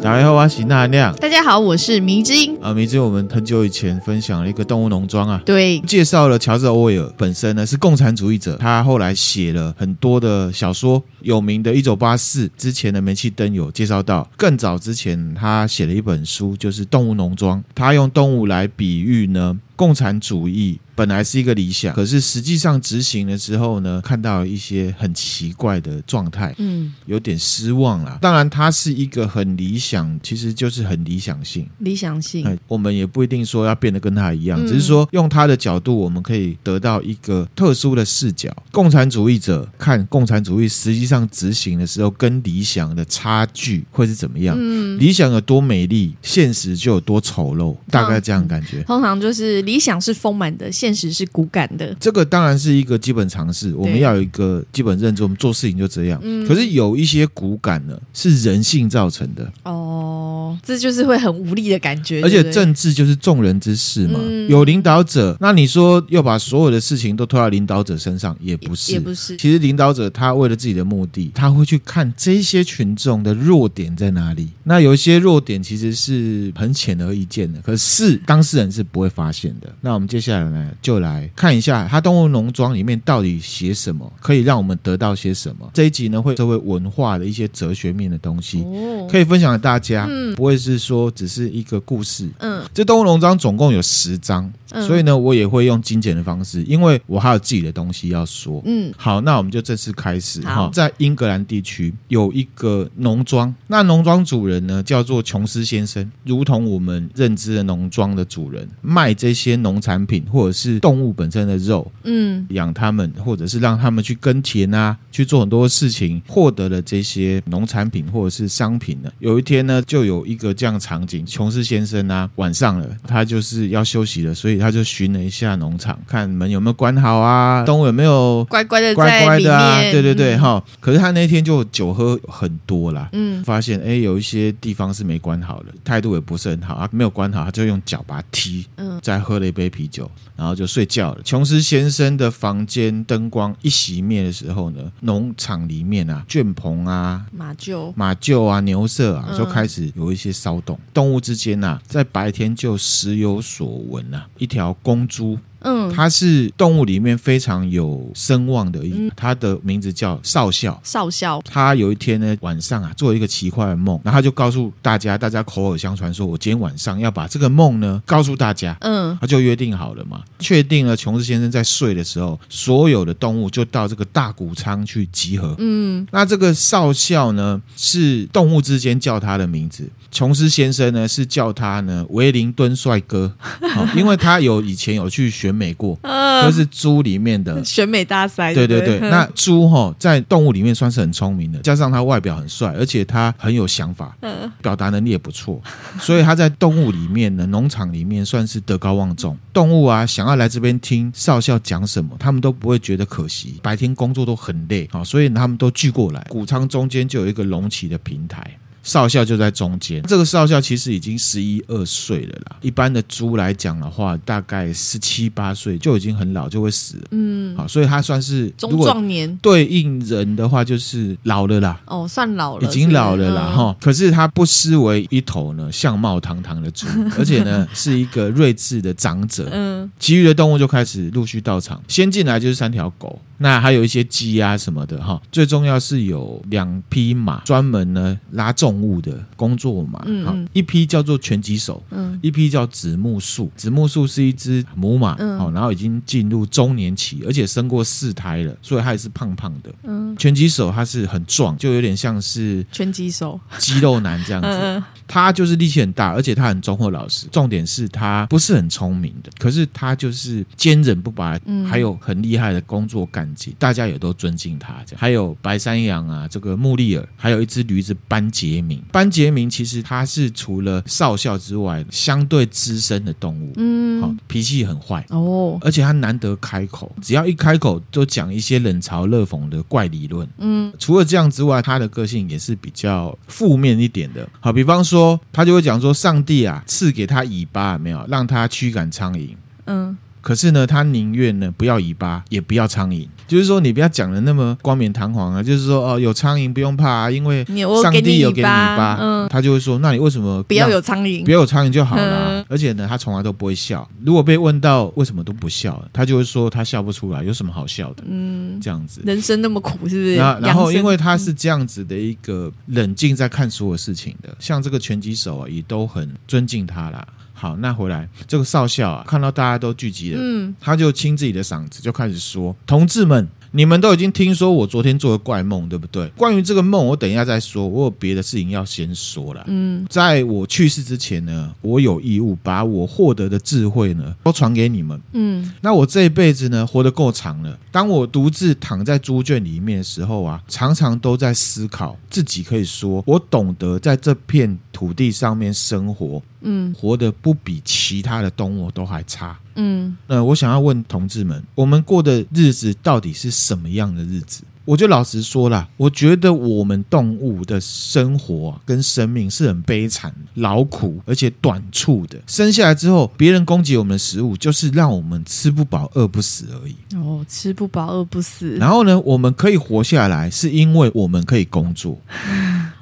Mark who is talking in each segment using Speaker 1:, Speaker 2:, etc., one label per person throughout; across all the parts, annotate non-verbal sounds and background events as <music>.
Speaker 1: 打开后啊，喜纳亮
Speaker 2: 大家好，我是迷之音。
Speaker 1: 啊，明知我们很久以前分享了一个动物农庄啊。
Speaker 2: 对，
Speaker 1: 介绍了乔治·欧威尔本身呢是共产主义者，他后来写了很多的小说，有名的《一九八四》之前的《煤气灯》有介绍到，更早之前他写了一本书，就是《动物农庄》，他用动物来比喻呢共产主义。本来是一个理想，可是实际上执行了之后呢，看到一些很奇怪的状态，
Speaker 2: 嗯，
Speaker 1: 有点失望啦。当然，它是一个很理想，其实就是很理想性。
Speaker 2: 理想性，
Speaker 1: 哎，我们也不一定说要变得跟他一样，
Speaker 2: 嗯
Speaker 1: 只是说用他的角度，我们可以得到一个特殊的视角。共产主义者看共产主义实际上执行的时候，跟理想的差距会是怎么样？
Speaker 2: 嗯，
Speaker 1: 理想有多美丽，现实就有多丑陋，大概这样的感觉。
Speaker 2: 通常就是理想是丰满的，现实是骨感的。
Speaker 1: 这个当然是一个基本常识，我们要有一个基本认知，我们做事情就这样。
Speaker 2: 嗯
Speaker 1: 可是有一些骨感呢，是人性造成的，
Speaker 2: 哦，这就是会很无力的感觉，
Speaker 1: 而且
Speaker 2: 对不对
Speaker 1: 政治就是众人之事嘛，
Speaker 2: 嗯
Speaker 1: 有领导者，那你说要把所有的事情都推到领导者身上，也不是。
Speaker 2: 也不是，
Speaker 1: 其实领导者他为了自己的目的，他会去看这些群众的弱点在哪里。那有一些弱点其实是很显而易见的，可是当事人是不会发现的。那我们接下来呢，就来看一下他《动物农庄》里面到底写什么，可以让我们得到些什么。这一集呢，会社会文化的一些哲学面的东西，
Speaker 2: 哦
Speaker 1: 可以分享给大家，
Speaker 2: 嗯
Speaker 1: 不会是说只是一个故事。
Speaker 2: 嗯
Speaker 1: 这动物农庄总共有十章，
Speaker 2: 嗯
Speaker 1: 所以呢，我也会用精简的方式，因为我还有自己的东西要说。
Speaker 2: 嗯
Speaker 1: 好，那我们就正式开始
Speaker 2: 好
Speaker 1: 哈。在英格兰地区有一个农庄，那农庄主人呢叫做琼斯先生，如同我们认知的农庄的主人，卖这些农产品或者是动物本身的肉，
Speaker 2: 嗯
Speaker 1: 养他们，或者是让他们去耕田啊，去做很多事情，获得了这些农产品或者是商品呢。有一天呢，就有一个这样的场景，琼斯先生啊，晚上了，他就是要休息了，所以他就巡了一下农场，看门有没有关好啊，动物有没有
Speaker 2: 乖乖的
Speaker 1: 乖
Speaker 2: 呃在
Speaker 1: 乖
Speaker 2: 里
Speaker 1: 的啊，
Speaker 2: 面，
Speaker 1: 对对对
Speaker 2: 嗯，
Speaker 1: 哈、可是他那天就酒喝很多啦，
Speaker 2: 嗯
Speaker 1: 发现哎有一些地方是没关好的，态度也不是很好啊，没有关好，他就用脚把它踢，
Speaker 2: 嗯
Speaker 1: 再喝了一杯啤酒，然后就睡觉了。琼斯先生的房间灯光一熄灭的时候呢，农场里面啊，圈棚啊。
Speaker 2: 马厩，
Speaker 1: 马厩啊，牛舍啊，
Speaker 2: 嗯
Speaker 1: 就开始有一些骚动。动物之间啊，在白天就时有所闻啊。一条公猪，
Speaker 2: 嗯，
Speaker 1: 它是动物里面非常有声望的一
Speaker 2: 嗯，
Speaker 1: 它的名字叫少校。
Speaker 2: 少校，
Speaker 1: 他有一天呢晚上啊做了一个奇怪的梦，然后他就告诉大家，大家口耳相传说，我今天晚上要把这个梦呢告诉大家。
Speaker 2: 嗯
Speaker 1: 他就约定好了嘛，确定了琼斯先生在睡的时候，所有的动物就到这个大谷仓去集合。
Speaker 2: 嗯
Speaker 1: 那这个少校呢，是动物之间叫他的名字；琼斯先生呢，是叫他呢维灵顿帅哥、好因为他有以前有去选美
Speaker 2: <laughs>
Speaker 1: 过，
Speaker 2: 呃
Speaker 1: 就，是猪里面的
Speaker 2: 选美大赛，
Speaker 1: 对
Speaker 2: 对
Speaker 1: 对
Speaker 2: 不
Speaker 1: 对，那猪哈在动物里面算是很聪明的，加上它外表很帅，而且它很有想法，
Speaker 2: 嗯
Speaker 1: 表达能力也不错， <laughs> 所以它在动物里面呢，农场里面算是德高望重。动物啊，想要来这边听少校讲什么，他们都不会觉得可惜。白天工作都很累啊、所以他们都聚过来。谷仓中间就有一个隆起的平台。少校就在中间，这个少校其实已经十一二岁了啦。一般的猪来讲的话，大概十七八岁就已经很老，就会死了。
Speaker 2: 嗯，
Speaker 1: 好，所以他算是如
Speaker 2: 中
Speaker 1: 果
Speaker 2: 壮年，
Speaker 1: 对应人的话，就是老了啦，
Speaker 2: 哦，算老了，
Speaker 1: 已经老了啦
Speaker 2: 是嗯
Speaker 1: 哈、，可是他不失为一头呢相貌堂堂
Speaker 2: <laughs>
Speaker 1: 的猪，而且呢是一个睿智的长者。
Speaker 2: 嗯
Speaker 1: 其余的动物就开始陆续到场，先进来就是三条狗，那还有一些鸡啊什么的哈。最重要是有两匹马，专门呢拉重物的工作马，
Speaker 2: 嗯
Speaker 1: 哈
Speaker 2: 嗯
Speaker 1: 一匹叫做拳击手，
Speaker 2: 嗯
Speaker 1: 一匹叫紫木树，紫木树是一只母马，
Speaker 2: 嗯
Speaker 1: 哦，然后已经进入中年期，而且生过四胎了，所以它也是胖胖的。
Speaker 2: 嗯，
Speaker 1: 拳击手它是很壮，就有点像是
Speaker 2: 拳击手，
Speaker 1: 肌肉男这样子。
Speaker 2: 嗯
Speaker 1: 他就是力气很大，而且他很忠厚老实。重点是他不是很聪明的，可是他就是坚韧不拔，
Speaker 2: 嗯
Speaker 1: 还有很厉害的工作干劲，大家也都尊敬他。这样还有白山羊啊，这个穆利尔，还有一只驴子班杰明。班杰明其实他是除了少校之外，相对资深的动物，
Speaker 2: 嗯
Speaker 1: 好、脾气很坏。
Speaker 2: 哦，
Speaker 1: 而且他难得开口，只要一开口就讲一些冷嘲热讽的怪理论。
Speaker 2: 嗯
Speaker 1: 除了这样之外，他的个性也是比较负面一点的。好，比方说他就会讲说，上帝啊，赐给他尾巴，有没有让他驱赶苍蝇。
Speaker 2: 嗯
Speaker 1: 可是呢，他宁愿呢不要尾巴，也不要苍蝇。就是说，你不要讲的那么冠冕堂皇啊，就是说哦，有苍蝇不用怕、啊，因为
Speaker 2: 你我
Speaker 1: 上
Speaker 2: 给
Speaker 1: 帝
Speaker 2: 你
Speaker 1: 有
Speaker 2: 尾
Speaker 1: 给你尾巴。
Speaker 2: 嗯，
Speaker 1: 他就会说，那你为什么
Speaker 2: 不要
Speaker 1: 让
Speaker 2: 有苍蝇
Speaker 1: 不，要有苍蝇就好了啊、
Speaker 2: 嗯
Speaker 1: 而且呢，他从来都不会笑。如果被问到为什么都不笑，他就会说他笑不出来，有什么好笑的？
Speaker 2: 嗯，
Speaker 1: 这样子。
Speaker 2: 人生那么苦，是不是？
Speaker 1: 然后，然
Speaker 2: 养
Speaker 1: 后
Speaker 2: 生嗯
Speaker 1: 因为他是这样子的一个冷静在看所有事情的，像这个拳击手啊，也都很尊敬他啦。好，那回来这个少校啊，看到大家都聚集了，
Speaker 2: 嗯，
Speaker 1: 他就清自己的嗓子，就开始说：“同志们，你们都已经听说我昨天做的怪梦，对不对？关于这个梦，我等一下再说，我有别的事情要先说啦。
Speaker 2: 嗯，
Speaker 1: 在我去世之前呢，我有义务把我获得的智慧呢，都传给你们。
Speaker 2: 嗯
Speaker 1: 那我这一辈子呢，活得够长了。当我独自躺在猪圈里面的时候啊，常常都在思考，自己可以说，我懂得在这片土地上面生活，
Speaker 2: 嗯
Speaker 1: 活得不比其他的动物都还差。
Speaker 2: 嗯
Speaker 1: 那呃我想要问同志们，我们过的日子到底是什么样的日子？我就老实说啦，我觉得我们动物的生活、啊、跟生命是很悲惨、劳苦而且短促的。生下来之后，别人供给我们的食物，就是让我们吃不饱、饿不死而已。
Speaker 2: 嗯，哦，吃不饱，饿不死，
Speaker 1: 然后呢，我们可以活下来，是因为我们可以工作，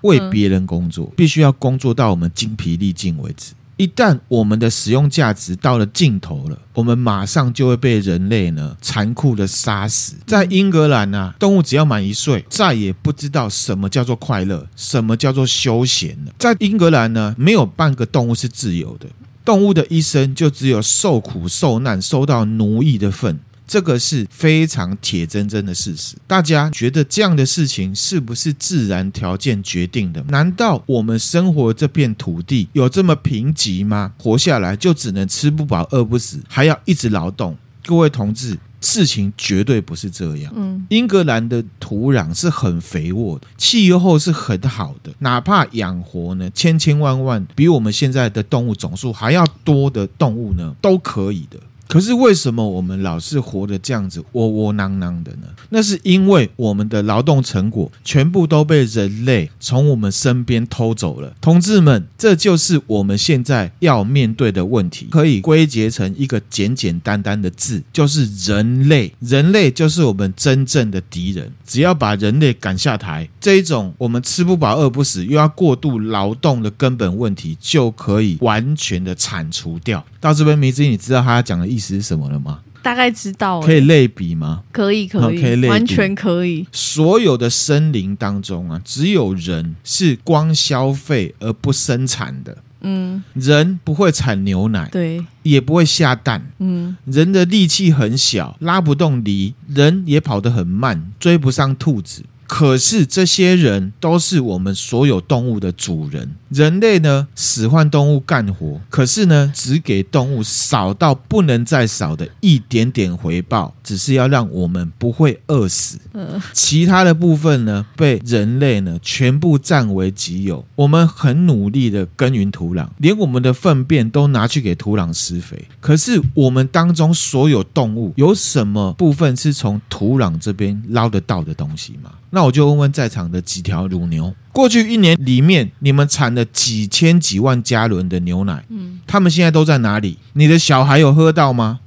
Speaker 1: 为别人工作，必须要工作到我们精疲力尽为止。一旦我们的使用价值到了尽头了，我们马上就会被人类呢残酷的杀死。在英格兰啊，动物只要满一岁，再也不知道什么叫做快乐，什么叫做休闲了。在英格兰呢，没有半个动物是自由的，动物的一生就只有受苦受难、受到奴役的份。这个是非常铁铮铮的事实。大家觉得这样的事情是不是自然条件决定的？难道我们生活这片土地有这么贫瘠吗？活下来就只能吃不饱、饿不死，还要一直劳动？各位同志，事情绝对不是这样。
Speaker 2: 嗯
Speaker 1: 英格兰的土壤是很肥沃的，气候是很好的，哪怕养活呢千千万万比我们现在的动物总数还要多的动物呢，都可以的。可是为什么我们老是活得这样子窝窝囊囊的呢？那是因为我们的劳动成果全部都被人类从我们身边偷走了。同志们，这就是我们现在要面对的问题，可以归结成一个简简单单的字，就是人类。人类就是我们真正的敌人。只要把人类赶下台，这一种我们吃不饱、饿不死，又要过度劳动的根本问题，就可以完全的铲除掉。到这边，迷之音，你知道他讲的意思是什么了吗？
Speaker 2: 大概知道了，
Speaker 1: 可以类比吗？
Speaker 2: 可以
Speaker 1: 好
Speaker 2: 可
Speaker 1: 可以类
Speaker 2: 以，
Speaker 1: 比
Speaker 2: 完全可以，
Speaker 1: 所有的森林当中啊，只有人是光消费而不生产的。
Speaker 2: 嗯，
Speaker 1: 人不会产牛奶，
Speaker 2: 对，
Speaker 1: 也不会下蛋。
Speaker 2: 嗯
Speaker 1: 人的力气很小，拉不动犁，人也跑得很慢，追不上兔子。可是这些人都是我们所有动物的主人。人类呢，使唤动物干活，可是呢，只给动物少到不能再少的一点点回报，只是要让我们不会饿死。
Speaker 2: 嗯
Speaker 1: 其他的部分呢，被人类呢全部占为己有。我们很努力的耕耘土壤，连我们的粪便都拿去给土壤施肥。可是我们当中所有动物，有什么部分是从土壤这边捞得到的东西吗？那我就问问在场的几条乳牛，过去一年里面，你们产了几千几万加仑的牛奶，
Speaker 2: 嗯，
Speaker 1: 他们现在都在哪里？你的小孩有喝到吗？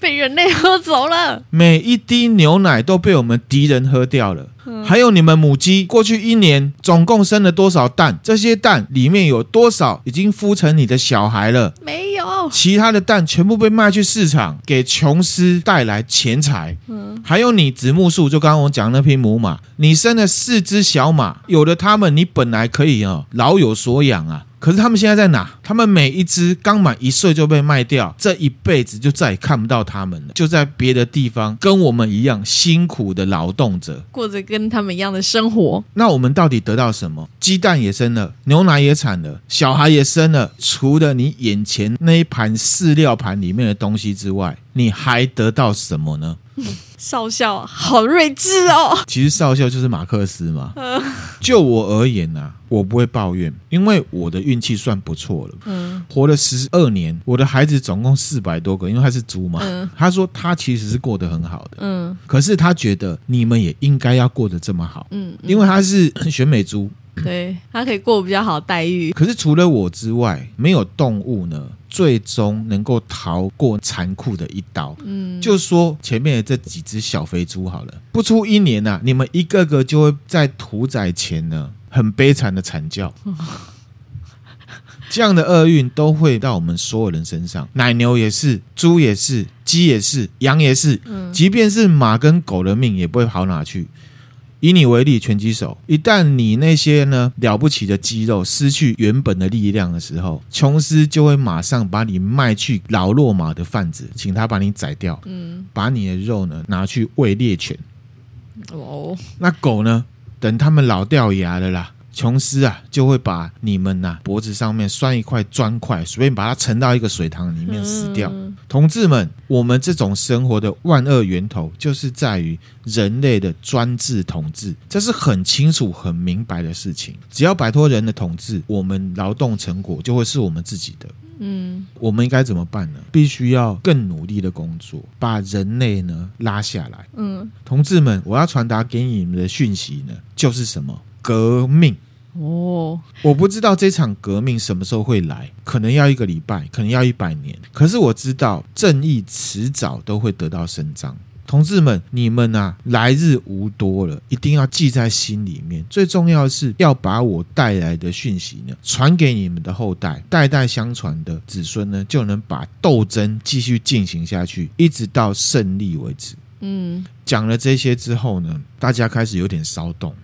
Speaker 2: 被人类喝走了，
Speaker 1: 每一滴牛奶都被我们敌人喝掉了。还有你们母鸡过去一年总共生了多少蛋？这些蛋里面有多少已经孵成你的小孩了？
Speaker 2: 没有，
Speaker 1: 其他的蛋全部被卖去市场，给琼斯带来钱财。
Speaker 2: 嗯
Speaker 1: 还有你子木树，就刚刚我讲那匹母马，你生了四只小马，有了它们，你本来可以哦，老有所养啊。可是它们现在在哪？它们每一只刚满一岁就被卖掉，这一辈子就再也看不到它们了，就在别的地方跟我们一样辛苦的劳动者。
Speaker 2: 过着跟他们一样的生活，
Speaker 1: 那我们到底得到什么？鸡蛋也生了，牛奶也产了，小孩也生了。除了你眼前那一盘饲料盘里面的东西之外，你还得到什么呢？
Speaker 2: 少校好睿智哦，
Speaker 1: 其实少校就是马克思
Speaker 2: <laughs>
Speaker 1: 嘛。
Speaker 2: 嗯
Speaker 1: 就我而言啊，我不会抱怨，因为我的运气算不错了。
Speaker 2: 嗯
Speaker 1: 活了十二年，我的孩子总共四百多个，因为他是猪嘛。
Speaker 2: 嗯
Speaker 1: 他说他其实是过得很好的，
Speaker 2: 嗯
Speaker 1: 可是他觉得你们也应该要过得这么好，
Speaker 2: 嗯，嗯
Speaker 1: 因为他是 <coughs> 选美猪，
Speaker 2: 对他可以过比较好的待遇，
Speaker 1: 可是除了我之外，没有动物呢。最终能够逃过残酷的一刀。
Speaker 2: 嗯，
Speaker 1: 就说前面的这几只小肥猪好了，不出一年呐、你们一个个就会在屠宰前呢，很悲惨的惨
Speaker 2: <laughs>
Speaker 1: 叫。这样的厄运都会到我们所有人身上，奶牛也是，猪也是，鸡也是，羊也是，
Speaker 2: 嗯
Speaker 1: 即便是马跟狗的命也不会好哪去。以你为例，拳击手，一旦你那些呢了不起的肌肉失去原本的力量的时候，琼斯就会马上把你卖去老落马的贩子，请他把你宰掉。
Speaker 2: 嗯
Speaker 1: 把你的肉呢拿去喂猎犬。
Speaker 2: 哦，
Speaker 1: 那狗呢，等它们老掉牙了啦，琼斯啊就会把你们呐、脖子上面拴一块砖块，随便把它沉到一个水塘里面死掉。
Speaker 2: 嗯
Speaker 1: 同志们，我们这种生活的万恶源头，就是在于人类的专制统治，这是很清楚、很明白的事情。只要摆脱人的统治，我们劳动成果就会是我们自己的。
Speaker 2: 嗯
Speaker 1: 我们应该怎么办呢？必须要更努力的工作，把人类呢拉下来。
Speaker 2: 嗯
Speaker 1: 同志们，我要传达给你们的讯息呢，就是什么革命。
Speaker 2: 哦，
Speaker 1: 我不知道这场革命什么时候会来，可能要一个礼拜，可能要一百年。可是我知道，正义迟早都会得到伸张。同志们，你们啊，来日无多了，一定要记在心里面。最重要的是要把我带来的讯息呢，传给你们的后代，代代相传的子孙呢，就能把斗争继续进行下去，一直到胜利为止。
Speaker 2: 嗯
Speaker 1: 讲了这些之后呢，大家开始有点骚动，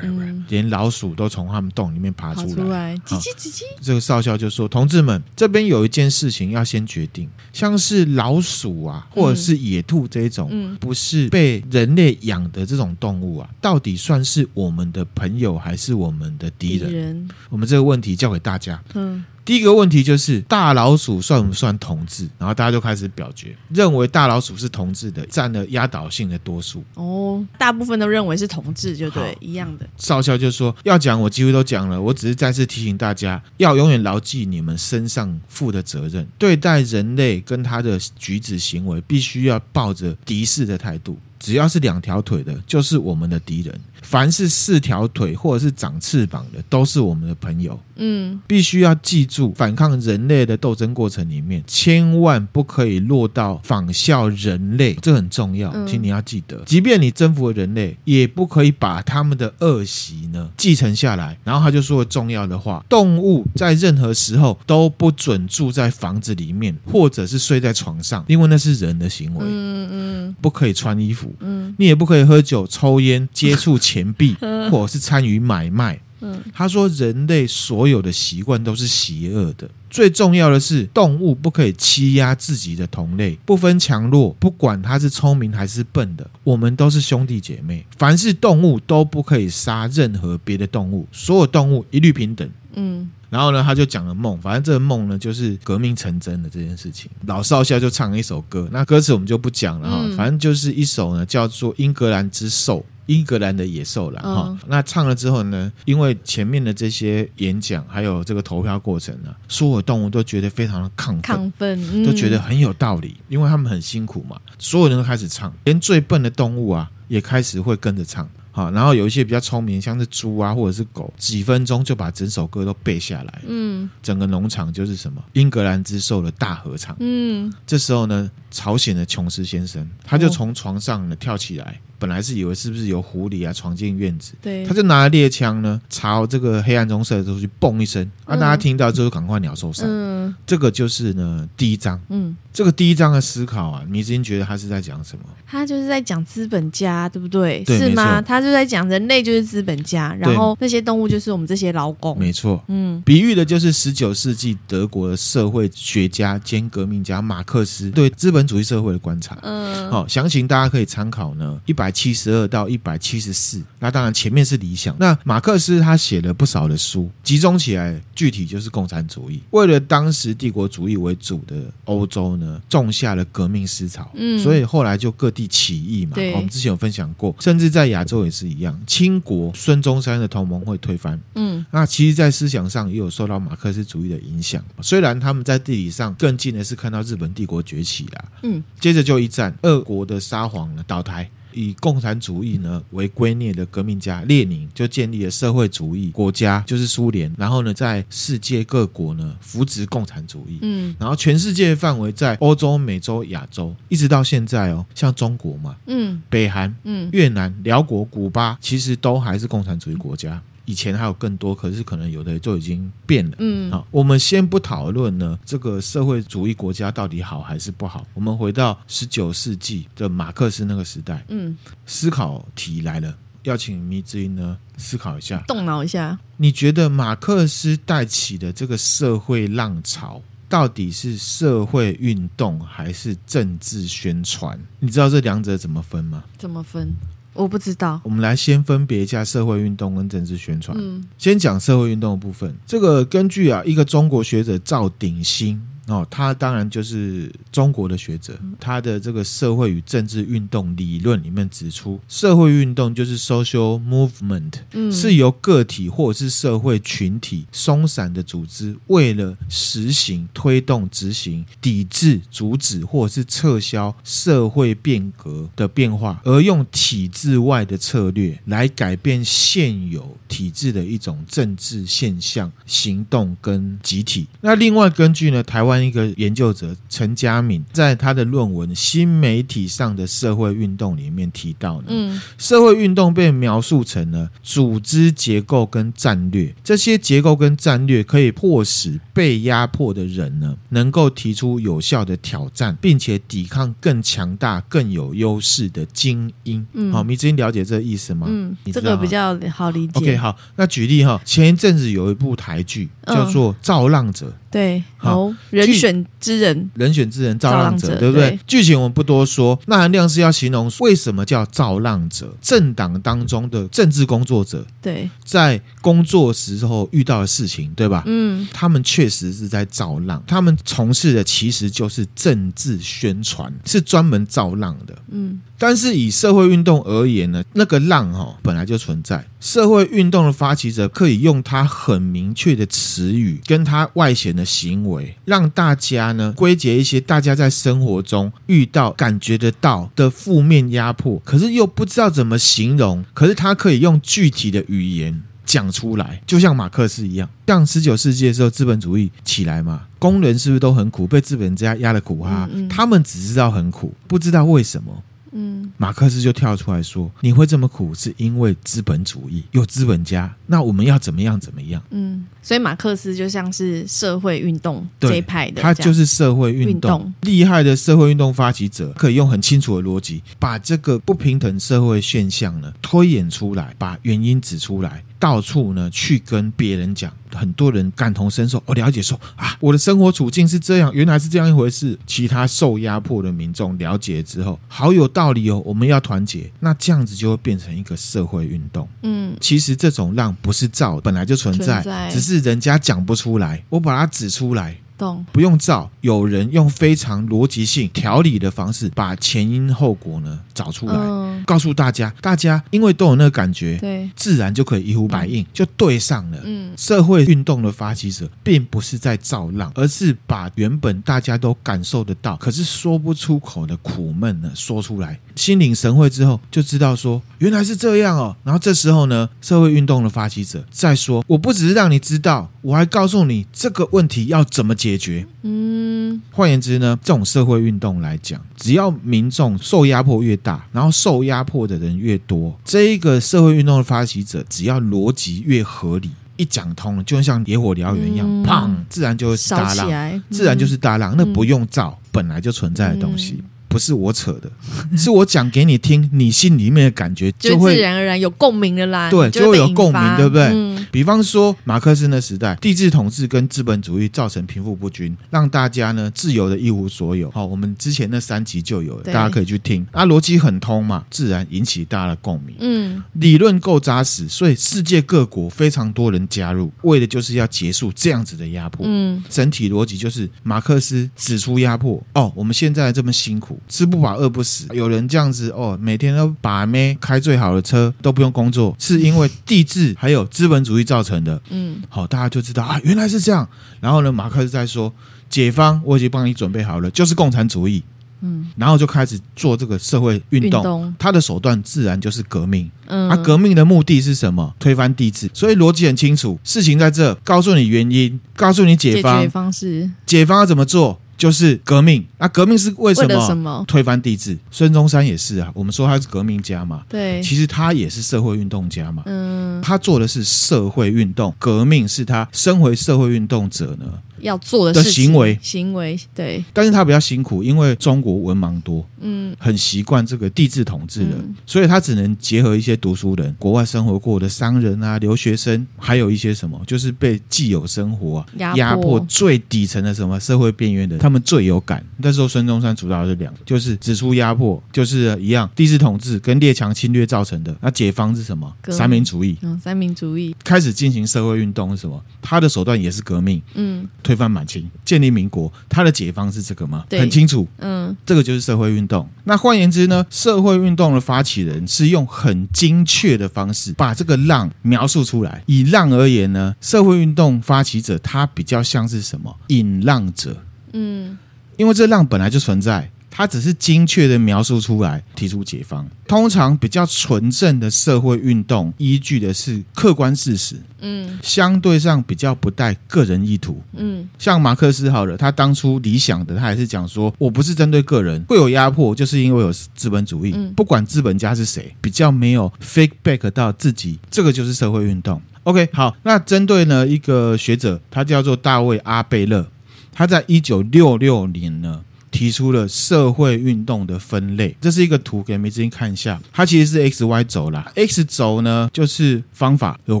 Speaker 2: 嗯，
Speaker 1: 连老鼠都从他们洞里面爬
Speaker 2: 跑
Speaker 1: 出来。
Speaker 2: 出来，叽
Speaker 1: 好
Speaker 2: 叽叽叽，
Speaker 1: 这个少校就说：“同志们，这边有一件事情要先决定，像是老鼠啊，或者是野兔这一种，
Speaker 2: 嗯
Speaker 1: 不是被人类养的这种动物啊，到底算是我们的朋友还是我们的敌人？
Speaker 2: 人，
Speaker 1: 我们这个问题交给大家。
Speaker 2: 嗯
Speaker 1: 第一个问题就是大老鼠算不算同志？然后大家就开始表决，认为大老鼠是同志的，占了压倒性的多数。”
Speaker 2: 哦，大部分都认为是同志，就对
Speaker 1: 好，
Speaker 2: 一样的，
Speaker 1: 少校就说：“要讲我几乎都讲了，我只是再次提醒大家，要永远牢记你们身上负的责任，对待人类跟他的举止行为，必须要抱着敌视的态度。只要是两条腿的，就是我们的敌人；凡是四条腿或者是长翅膀的，都是我们的朋友。
Speaker 2: 嗯
Speaker 1: 必须要记住，反抗人类的斗争过程里面，千万不可以落到仿效人类，这很重要，
Speaker 2: 嗯
Speaker 1: 请你要记得。即便你征服了人类，也不可以把他们的恶习呢继承下来。然后他就说了重要的话：动物在任何时候都不准住在房子里面，或者是睡在床上，因为那是人的行为，
Speaker 2: 嗯嗯
Speaker 1: 不可以穿衣服。
Speaker 2: 嗯
Speaker 1: 你也不可以喝酒、抽烟、接触钱
Speaker 2: <laughs>
Speaker 1: 币，或者是参与买卖。
Speaker 2: 嗯
Speaker 1: 他说，人类所有的习惯都是邪恶的。最重要的是，动物不可以欺压自己的同类，不分强弱，不管它是聪明还是笨的，我们都是兄弟姐妹。凡是动物都不可以杀任何别的动物，所有动物一律平等。
Speaker 2: 嗯
Speaker 1: 然后呢，他就讲了梦，反正这个梦呢，就是革命成真的这件事情。老少校就唱了一首歌，那歌词我们就不讲了哈，
Speaker 2: 嗯
Speaker 1: 反正就是一首呢叫做《英格兰之兽》。英格兰的野兽啦，哈、
Speaker 2: 嗯
Speaker 1: 那唱了之后呢，因为前面的这些演讲还有这个投票过程呢、啊，所有动物都觉得非常的亢奋，
Speaker 2: 亢奋，嗯
Speaker 1: 都觉得很有道理，因为他们很辛苦嘛，所有人都开始唱，连最笨的动物啊也开始会跟着唱。好，然后有一些比较聪明，像是猪啊或者是狗，几分钟就把整首歌都背下来。
Speaker 2: 嗯
Speaker 1: 整个农场就是什么英格兰之兽的大合唱。
Speaker 2: 嗯
Speaker 1: 这时候呢，吵醒了琼斯先生，他就
Speaker 2: 哦
Speaker 1: 从床上呢跳起来，本来是以为是不是有狐狸啊闯进院子，
Speaker 2: 对，
Speaker 1: 他就拿了猎枪呢朝这个黑暗中射出去，嘣一声，啊，
Speaker 2: 嗯
Speaker 1: 大家听到之后赶快鸟兽散。
Speaker 2: 嗯
Speaker 1: 这个就是呢第一章。
Speaker 2: 嗯。
Speaker 1: 这个第一章的思考啊，你已经觉得他是在讲什么？
Speaker 2: 他就是在讲资本家，对不对？
Speaker 1: 对
Speaker 2: 是
Speaker 1: 没
Speaker 2: 吗？
Speaker 1: 错
Speaker 2: 他就在讲人类就是资本家，然后那些动物就是我们这些劳工。
Speaker 1: 没错，
Speaker 2: 嗯
Speaker 1: 比喻的就是十九世纪德国的社会学家兼革命家马克思对资本主义社会的观察。
Speaker 2: 嗯，
Speaker 1: 好、详情大家可以参考呢，一百七十二到一百七十四。那当然前面是理想，那马克思他写了不少的书，集中起来具体就是共产主义。为了当时帝国主义为主的欧洲呢，种下了革命思潮，
Speaker 2: 嗯
Speaker 1: 所以后来就各地起义嘛。哦
Speaker 2: 对
Speaker 1: 我们之前有分享过，甚至在亚洲也是一样，清国孙中山的同盟会推翻，
Speaker 2: 嗯
Speaker 1: 那其实，在思想上也有受到马克思主义的影响。虽然他们在地理上更近的是看到日本帝国崛起啦，
Speaker 2: 嗯，
Speaker 1: 接着就一战，俄国的沙皇呢倒台，以共产主义呢为圭臬的革命家列宁就建立了社会主义国家，就是苏联。然后呢，在世界各国呢扶植共产主义。
Speaker 2: 嗯
Speaker 1: 然后全世界的范围在欧洲、美洲、亚洲，一直到现在哦，像中国嘛、
Speaker 2: 嗯
Speaker 1: 北韩、
Speaker 2: 嗯
Speaker 1: 越南、辽国、古巴，其实都还是共产主义国家。以前还有更多，可是可能有的就已经变了。
Speaker 2: 嗯
Speaker 1: 好，我们先不讨论呢，这个社会主义国家到底好还是不好。我们回到十九世纪的马克思那个时代，
Speaker 2: 嗯，
Speaker 1: 思考题来了，要请迷之音呢思考一下，
Speaker 2: 动脑一下。
Speaker 1: 你觉得马克思带起的这个社会浪潮，到底是社会运动还是政治宣传？你知道这两者怎么分吗？
Speaker 2: 怎么分？我不知道。
Speaker 1: 我们来先分别一下社会运动跟政治宣传。
Speaker 2: 嗯
Speaker 1: 先讲社会运动的部分，这个根据啊一个中国学者赵鼎新哦，他当然就是中国的学者，他的这个社会与政治运动理论里面指出，社会运动就是 social movement，
Speaker 2: 嗯，
Speaker 1: 是由个体或者是社会群体松散的组织，为了实行、推动、执行、抵制、阻止或者是撤销社会变革的变化，而用体制外的策略来改变现有体制的一种政治现象、行动跟集体。那另外根据呢，台湾一个研究者陈嘉敏在他的论文《新媒体上的社会运动》里面提到呢，
Speaker 2: 嗯
Speaker 1: 社会运动被描述成了组织结构跟战略，这些结构跟战略可以迫使被压迫的人呢，能够提出有效的挑战，并且抵抗更强大、更有优势的精英。
Speaker 2: 嗯
Speaker 1: 好，迷之音了解这个意思吗？
Speaker 2: 嗯，
Speaker 1: 你知
Speaker 2: 这
Speaker 1: 道
Speaker 2: 个
Speaker 1: 吗
Speaker 2: 比较好理解。
Speaker 1: OK，好，那举例哈，前一阵子有一部台剧
Speaker 2: 嗯
Speaker 1: 叫做《造浪者》，
Speaker 2: 对，
Speaker 1: 好
Speaker 2: 好，人选之人，
Speaker 1: 人选之人造浪者，
Speaker 2: 造浪者
Speaker 1: 对不对？
Speaker 2: 对
Speaker 1: 剧情我们不多说，那含量是要形容为什么叫造浪者，政党当中的政治工作者，
Speaker 2: 对，
Speaker 1: 在工作时候遇到的事情，对吧？
Speaker 2: 嗯
Speaker 1: 他们确实是在造浪，他们从事的其实就是政治宣传，是专门造浪的。
Speaker 2: 嗯
Speaker 1: 但是以社会运动而言呢，那个浪哈、本来就存在。社会运动的发起者可以用他很明确的词语跟他外显的行为，让大家呢归结一些大家在生活中遇到、感觉得到的负面压迫，可是又不知道怎么形容，可是他可以用具体的语言。讲出来，就像马克思一样，像十九世纪的时候，资本主义起来嘛，工人是不是都很苦，被资本家压得苦哈？
Speaker 2: 嗯嗯
Speaker 1: 他们只知道很苦，不知道为什么。
Speaker 2: 嗯
Speaker 1: 马克思就跳出来说：“你会这么苦，是因为资本主义，有资本家。那我们要怎么样怎么样？
Speaker 2: 嗯，所以马克思就像是社会运动
Speaker 1: 哎对
Speaker 2: 这一派的这
Speaker 1: 他
Speaker 2: 样，
Speaker 1: 就是社会运
Speaker 2: 运
Speaker 1: 动
Speaker 2: 动
Speaker 1: 厉害的社会运动发起者，可以用很清楚的逻辑，把这个不平等社会现象呢推演出来，把原因指出来，到处呢去跟别人讲。很多人感同身受，我、了解说啊，我的生活处境是这样，原来是这样一回事。其他受压迫的民众了解之后，好有道理哦，我们要团结。那这样子就会变成一个社会运动。”
Speaker 2: 嗯
Speaker 1: 其实这种浪不是造的，本来就存在，
Speaker 2: 存在
Speaker 1: 只是人家讲不出来，我把它指出来。
Speaker 2: 动，
Speaker 1: 不用造，有人用非常逻辑性、条理的方式，把前因后果呢找出来，
Speaker 2: 嗯，
Speaker 1: 告诉大家。大家因为都有那个感觉，
Speaker 2: 对，
Speaker 1: 自然就可以一呼百应，就对上了。
Speaker 2: 嗯
Speaker 1: 社会运动的发起者并不是在造浪，而是把原本大家都感受得到，可是说不出口的苦闷呢说出来，心领神会之后就知道说原来是这样哦。然后这时候呢，社会运动的发起者再说，我不只是让你知道，我还告诉你这个问题要怎么解决。
Speaker 2: 嗯
Speaker 1: 换言之呢，这种社会运动来讲，只要民众受压迫越大，然后受压迫的人越多，这一个社会运动的发起者，只要逻辑越合理，一讲通了，就像野火燎原一样，
Speaker 2: 嗯
Speaker 1: 砰，自然就会是
Speaker 2: 烧
Speaker 1: 大
Speaker 2: 起
Speaker 1: 浪，
Speaker 2: 来，
Speaker 1: 自然就
Speaker 2: 嗯
Speaker 1: 是大浪，那不用造，本来就存在的东西。
Speaker 2: 嗯
Speaker 1: 不是我扯的，是我讲给你听，你心里面的感觉
Speaker 2: 就
Speaker 1: 会
Speaker 2: 自然而然有共鸣了啦，
Speaker 1: 对
Speaker 2: 你
Speaker 1: 就
Speaker 2: 会
Speaker 1: 会
Speaker 2: 被
Speaker 1: 有
Speaker 2: 引
Speaker 1: 共
Speaker 2: 发
Speaker 1: 鸣对不对
Speaker 2: 嗯
Speaker 1: 比方说，马克思那时代，帝制统治跟资本主义造成贫富不均，让大家呢自由的一无所有。好、我们之前那三集就有了，大
Speaker 2: 对
Speaker 1: 家可以去听。啊，逻辑很通嘛，自然引起大家的共鸣。
Speaker 2: 嗯
Speaker 1: 理论够扎实，所以世界各国非常多人加入，为的就是要结束这样子的压迫。
Speaker 2: 嗯
Speaker 1: 整体逻辑就是马克思指出压迫哦，我们现在这么辛苦，吃不饱饿不死，有人这样子哦，每天都把妹开最好的车都不用工作，是因为地质还有资本主义造成的。
Speaker 2: 嗯
Speaker 1: 好、大家就知道啊，原来是这样。然后呢，马克思在说，解放我已经帮你准备好了，就是共产主义。
Speaker 2: 嗯
Speaker 1: 然后就开始做这个社会运
Speaker 2: 运
Speaker 1: 动
Speaker 2: 动。
Speaker 1: 他的手段自然就是革命，
Speaker 2: 嗯，
Speaker 1: 啊，革命的目的是什么？推翻帝制，所以逻辑很清楚。事情在这，告诉你原因，告诉你解
Speaker 2: 解
Speaker 1: 方，
Speaker 2: 决
Speaker 1: 解
Speaker 2: 方式
Speaker 1: 方要怎么做，就是革命。啊，革命是为什
Speaker 2: 为了
Speaker 1: 么？
Speaker 2: 什么？
Speaker 1: 推翻帝制。孙中山也是啊，我们说他是革命家嘛，
Speaker 2: 对，
Speaker 1: 其实他也是社会运动家嘛。
Speaker 2: 嗯，
Speaker 1: 他做的是社会运动，革命是他身为社会运动者呢，
Speaker 2: 要做的
Speaker 1: 的
Speaker 2: 事情
Speaker 1: 行为
Speaker 2: 行为对，
Speaker 1: 但是他比较辛苦，因为中国文盲多，
Speaker 2: 嗯
Speaker 1: 很习惯这个帝制统治了，
Speaker 2: 嗯
Speaker 1: 所以他只能结合一些读书人、国外生活过的商人啊、留学生，还有一些什么，就是被既有生活啊
Speaker 2: 压
Speaker 1: 压迫
Speaker 2: 迫
Speaker 1: 最底层的什么社会边缘的人，他们最有感。那时候孙中山主导的是两个，就是指出压迫，就是一样帝制统治跟列强侵略造成的。那解放是什么？
Speaker 2: 革命
Speaker 1: 三民主义
Speaker 2: 嗯，三民主义，
Speaker 1: 开始进行社会运动是什么？他的手段也是革命，
Speaker 2: 嗯
Speaker 1: 推翻满清，建立民国。他的解放是这个吗？
Speaker 2: 对
Speaker 1: 很清楚。
Speaker 2: 嗯
Speaker 1: 这个就是社会运动。那换言之呢，社会运动的发起人是用很精确的方式把这个浪描述出来。以浪而言呢，社会运动发起者他比较像是什么引浪者，
Speaker 2: 嗯
Speaker 1: 因为这浪本来就存在。他只是精确的描述出来，提出解放。通常比较纯正的社会运动，依据的是客观事实，
Speaker 2: 嗯
Speaker 1: 相对上比较不带个人意图。
Speaker 2: 嗯
Speaker 1: 像马克思好了，他当初理想的，他还是讲说，我不是针对个人，会有压迫，就是因为有资本主义，
Speaker 2: 嗯
Speaker 1: 不管资本家是谁，比较没有 fake back 到自己，这个就是社会运动。OK，好，那针对呢一个学者，他叫做大卫阿贝勒，他在一九六六年呢。提出了社会运动的分类，这是一个图，给梅子英看一下。它其实是 X、Y 轴啦。X 轴呢，就是方法，我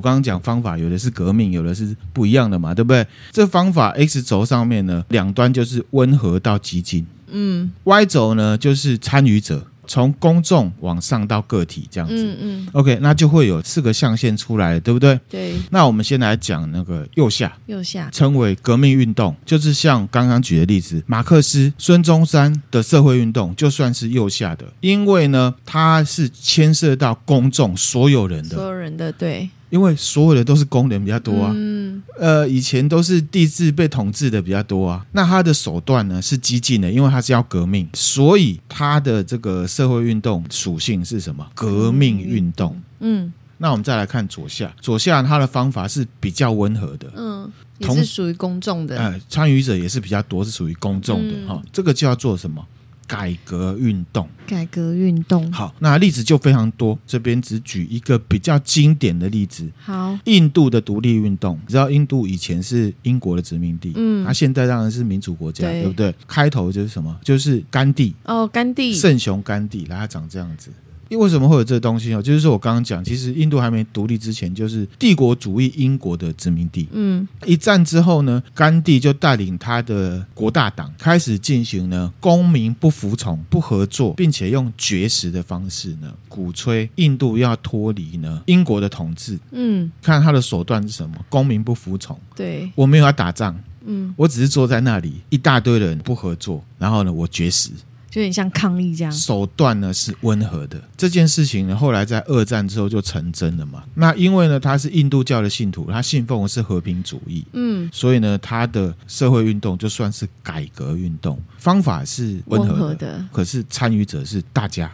Speaker 1: 刚刚讲方法，有的是革命，有的是不一样的嘛，对不对？这方法 X 轴上面呢，两端就是温和到激进
Speaker 2: 嗯
Speaker 1: ，Y 轴呢就是参与者，从公众往上到个体这样子。
Speaker 2: 嗯嗯，
Speaker 1: OK，那就会有四个象限出来了，对不对？
Speaker 2: 对，
Speaker 1: 那我们先来讲那个右下，
Speaker 2: 右下，
Speaker 1: 称为革命运动，就是像刚刚举的例子，马克思、孙中山的社会运动，就算是右下的，因为呢，它是牵涉到公众所有人
Speaker 2: 所
Speaker 1: 的，
Speaker 2: 有人的对，
Speaker 1: 因为所有人都是工人比较多啊。
Speaker 2: 嗯
Speaker 1: 呃，以前都是帝制被统治的比较多啊，那他的手段呢是激进的，因为他是要革命，所以他的这个社会运动属性是什么？革命运动。
Speaker 2: 嗯
Speaker 1: 那我们再来看左下，左下他的方法是比较温和的，
Speaker 2: 嗯，也
Speaker 1: 同
Speaker 2: 是属于公众的，
Speaker 1: 呃，参与者也是比较多，是属于公众的
Speaker 2: 嗯
Speaker 1: 哈、这个就要做什么？改革运动。
Speaker 2: 改革运动，
Speaker 1: 好，那例子就非常多，这边只举一个比较经典的例子。
Speaker 2: 好，
Speaker 1: 印度的独立运动，你知道印度以前是英国的殖民地，
Speaker 2: 嗯
Speaker 1: 它、现在当然是民主国家，
Speaker 2: 对
Speaker 1: 对不对？开头就是什么？就是甘地，
Speaker 2: 哦，甘地，
Speaker 1: 圣雄甘地，然后他长这样子。因为为什么会有这个东西呢？哦就是说我刚刚讲，其实印度还没独立之前，就是帝国主义英国的殖民地。
Speaker 2: 嗯
Speaker 1: 一战之后呢，甘地就带领他的国大党开始进行呢公民不服从、不合作，并且用绝食的方式呢鼓吹印度要脱离呢英国的统治。
Speaker 2: 嗯，
Speaker 1: 看他的手段是什么？公民不服从，
Speaker 2: 对，
Speaker 1: 我没有要打仗，
Speaker 2: 嗯，
Speaker 1: 我只是坐在那里，一大堆人不合作，然后呢我绝食。
Speaker 2: 就有点像抗议这样，
Speaker 1: 手段呢是温和的。这件事情呢，后来在二战之后就成真了嘛。那因为呢他是印度教的信徒，他信奉的是和平主义。
Speaker 2: 嗯，
Speaker 1: 所以呢，他的社会运动就算是改革运动，方法是温和的，
Speaker 2: 温和的
Speaker 1: 可是参与者是大家，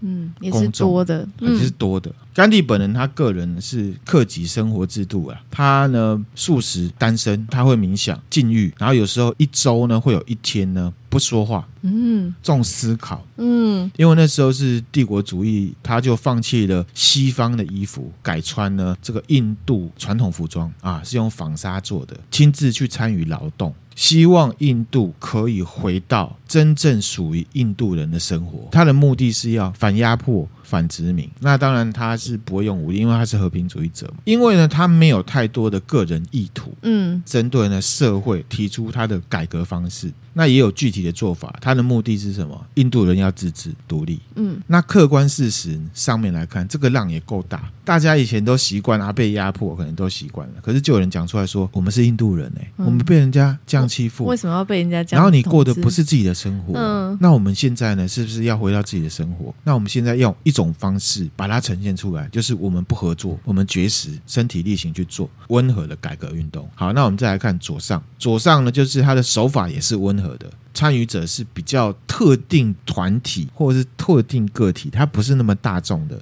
Speaker 2: 嗯，也是
Speaker 1: 公众
Speaker 2: 多的，
Speaker 1: 也是
Speaker 2: 嗯
Speaker 1: 多的。甘地本人他个人是克己生活制度啊，他呢素食单身，他会冥想禁欲，然后有时候一周呢会有一天呢不说话，
Speaker 2: 嗯
Speaker 1: 重思考。
Speaker 2: 嗯，
Speaker 1: 因为那时候是帝国主义，他就放弃了西方的衣服，改穿呢这个印度传统服装啊，是用纺纱做的，亲自去参与劳动，希望印度可以回到真正属于印度人的生活。他的目的是要反压迫、反殖民。那当然他是不会用武力，因为他是和平主义者嘛。因为呢，他没有太多的个人意图，
Speaker 2: 嗯
Speaker 1: 针对呢社会提出他的改革方式，那也有具体的做法。他的目的是什么？印度人要自治独立。
Speaker 2: 嗯
Speaker 1: 那客观事实上面来看，这个浪也够大。大家以前都习惯啊被压迫，可能都习惯了。可是就有人讲出来说，我们是印度人哎、
Speaker 2: 嗯
Speaker 1: 我们被人家这样欺负
Speaker 2: 为，什么要被人家这样？
Speaker 1: 然后你过的不，是自己的生活。
Speaker 2: 嗯
Speaker 1: 那我们现在呢，是不是要回到自己的生活？那我们现在用一种方式把它呈现出来，就是我们不合作，我们绝食，身体力行去做温和的改革运动。好，那我们再来看左上，左上呢，就是他的手法也是温和的。参与者是比较特定团体或者是特定个体，它不是那么大众的。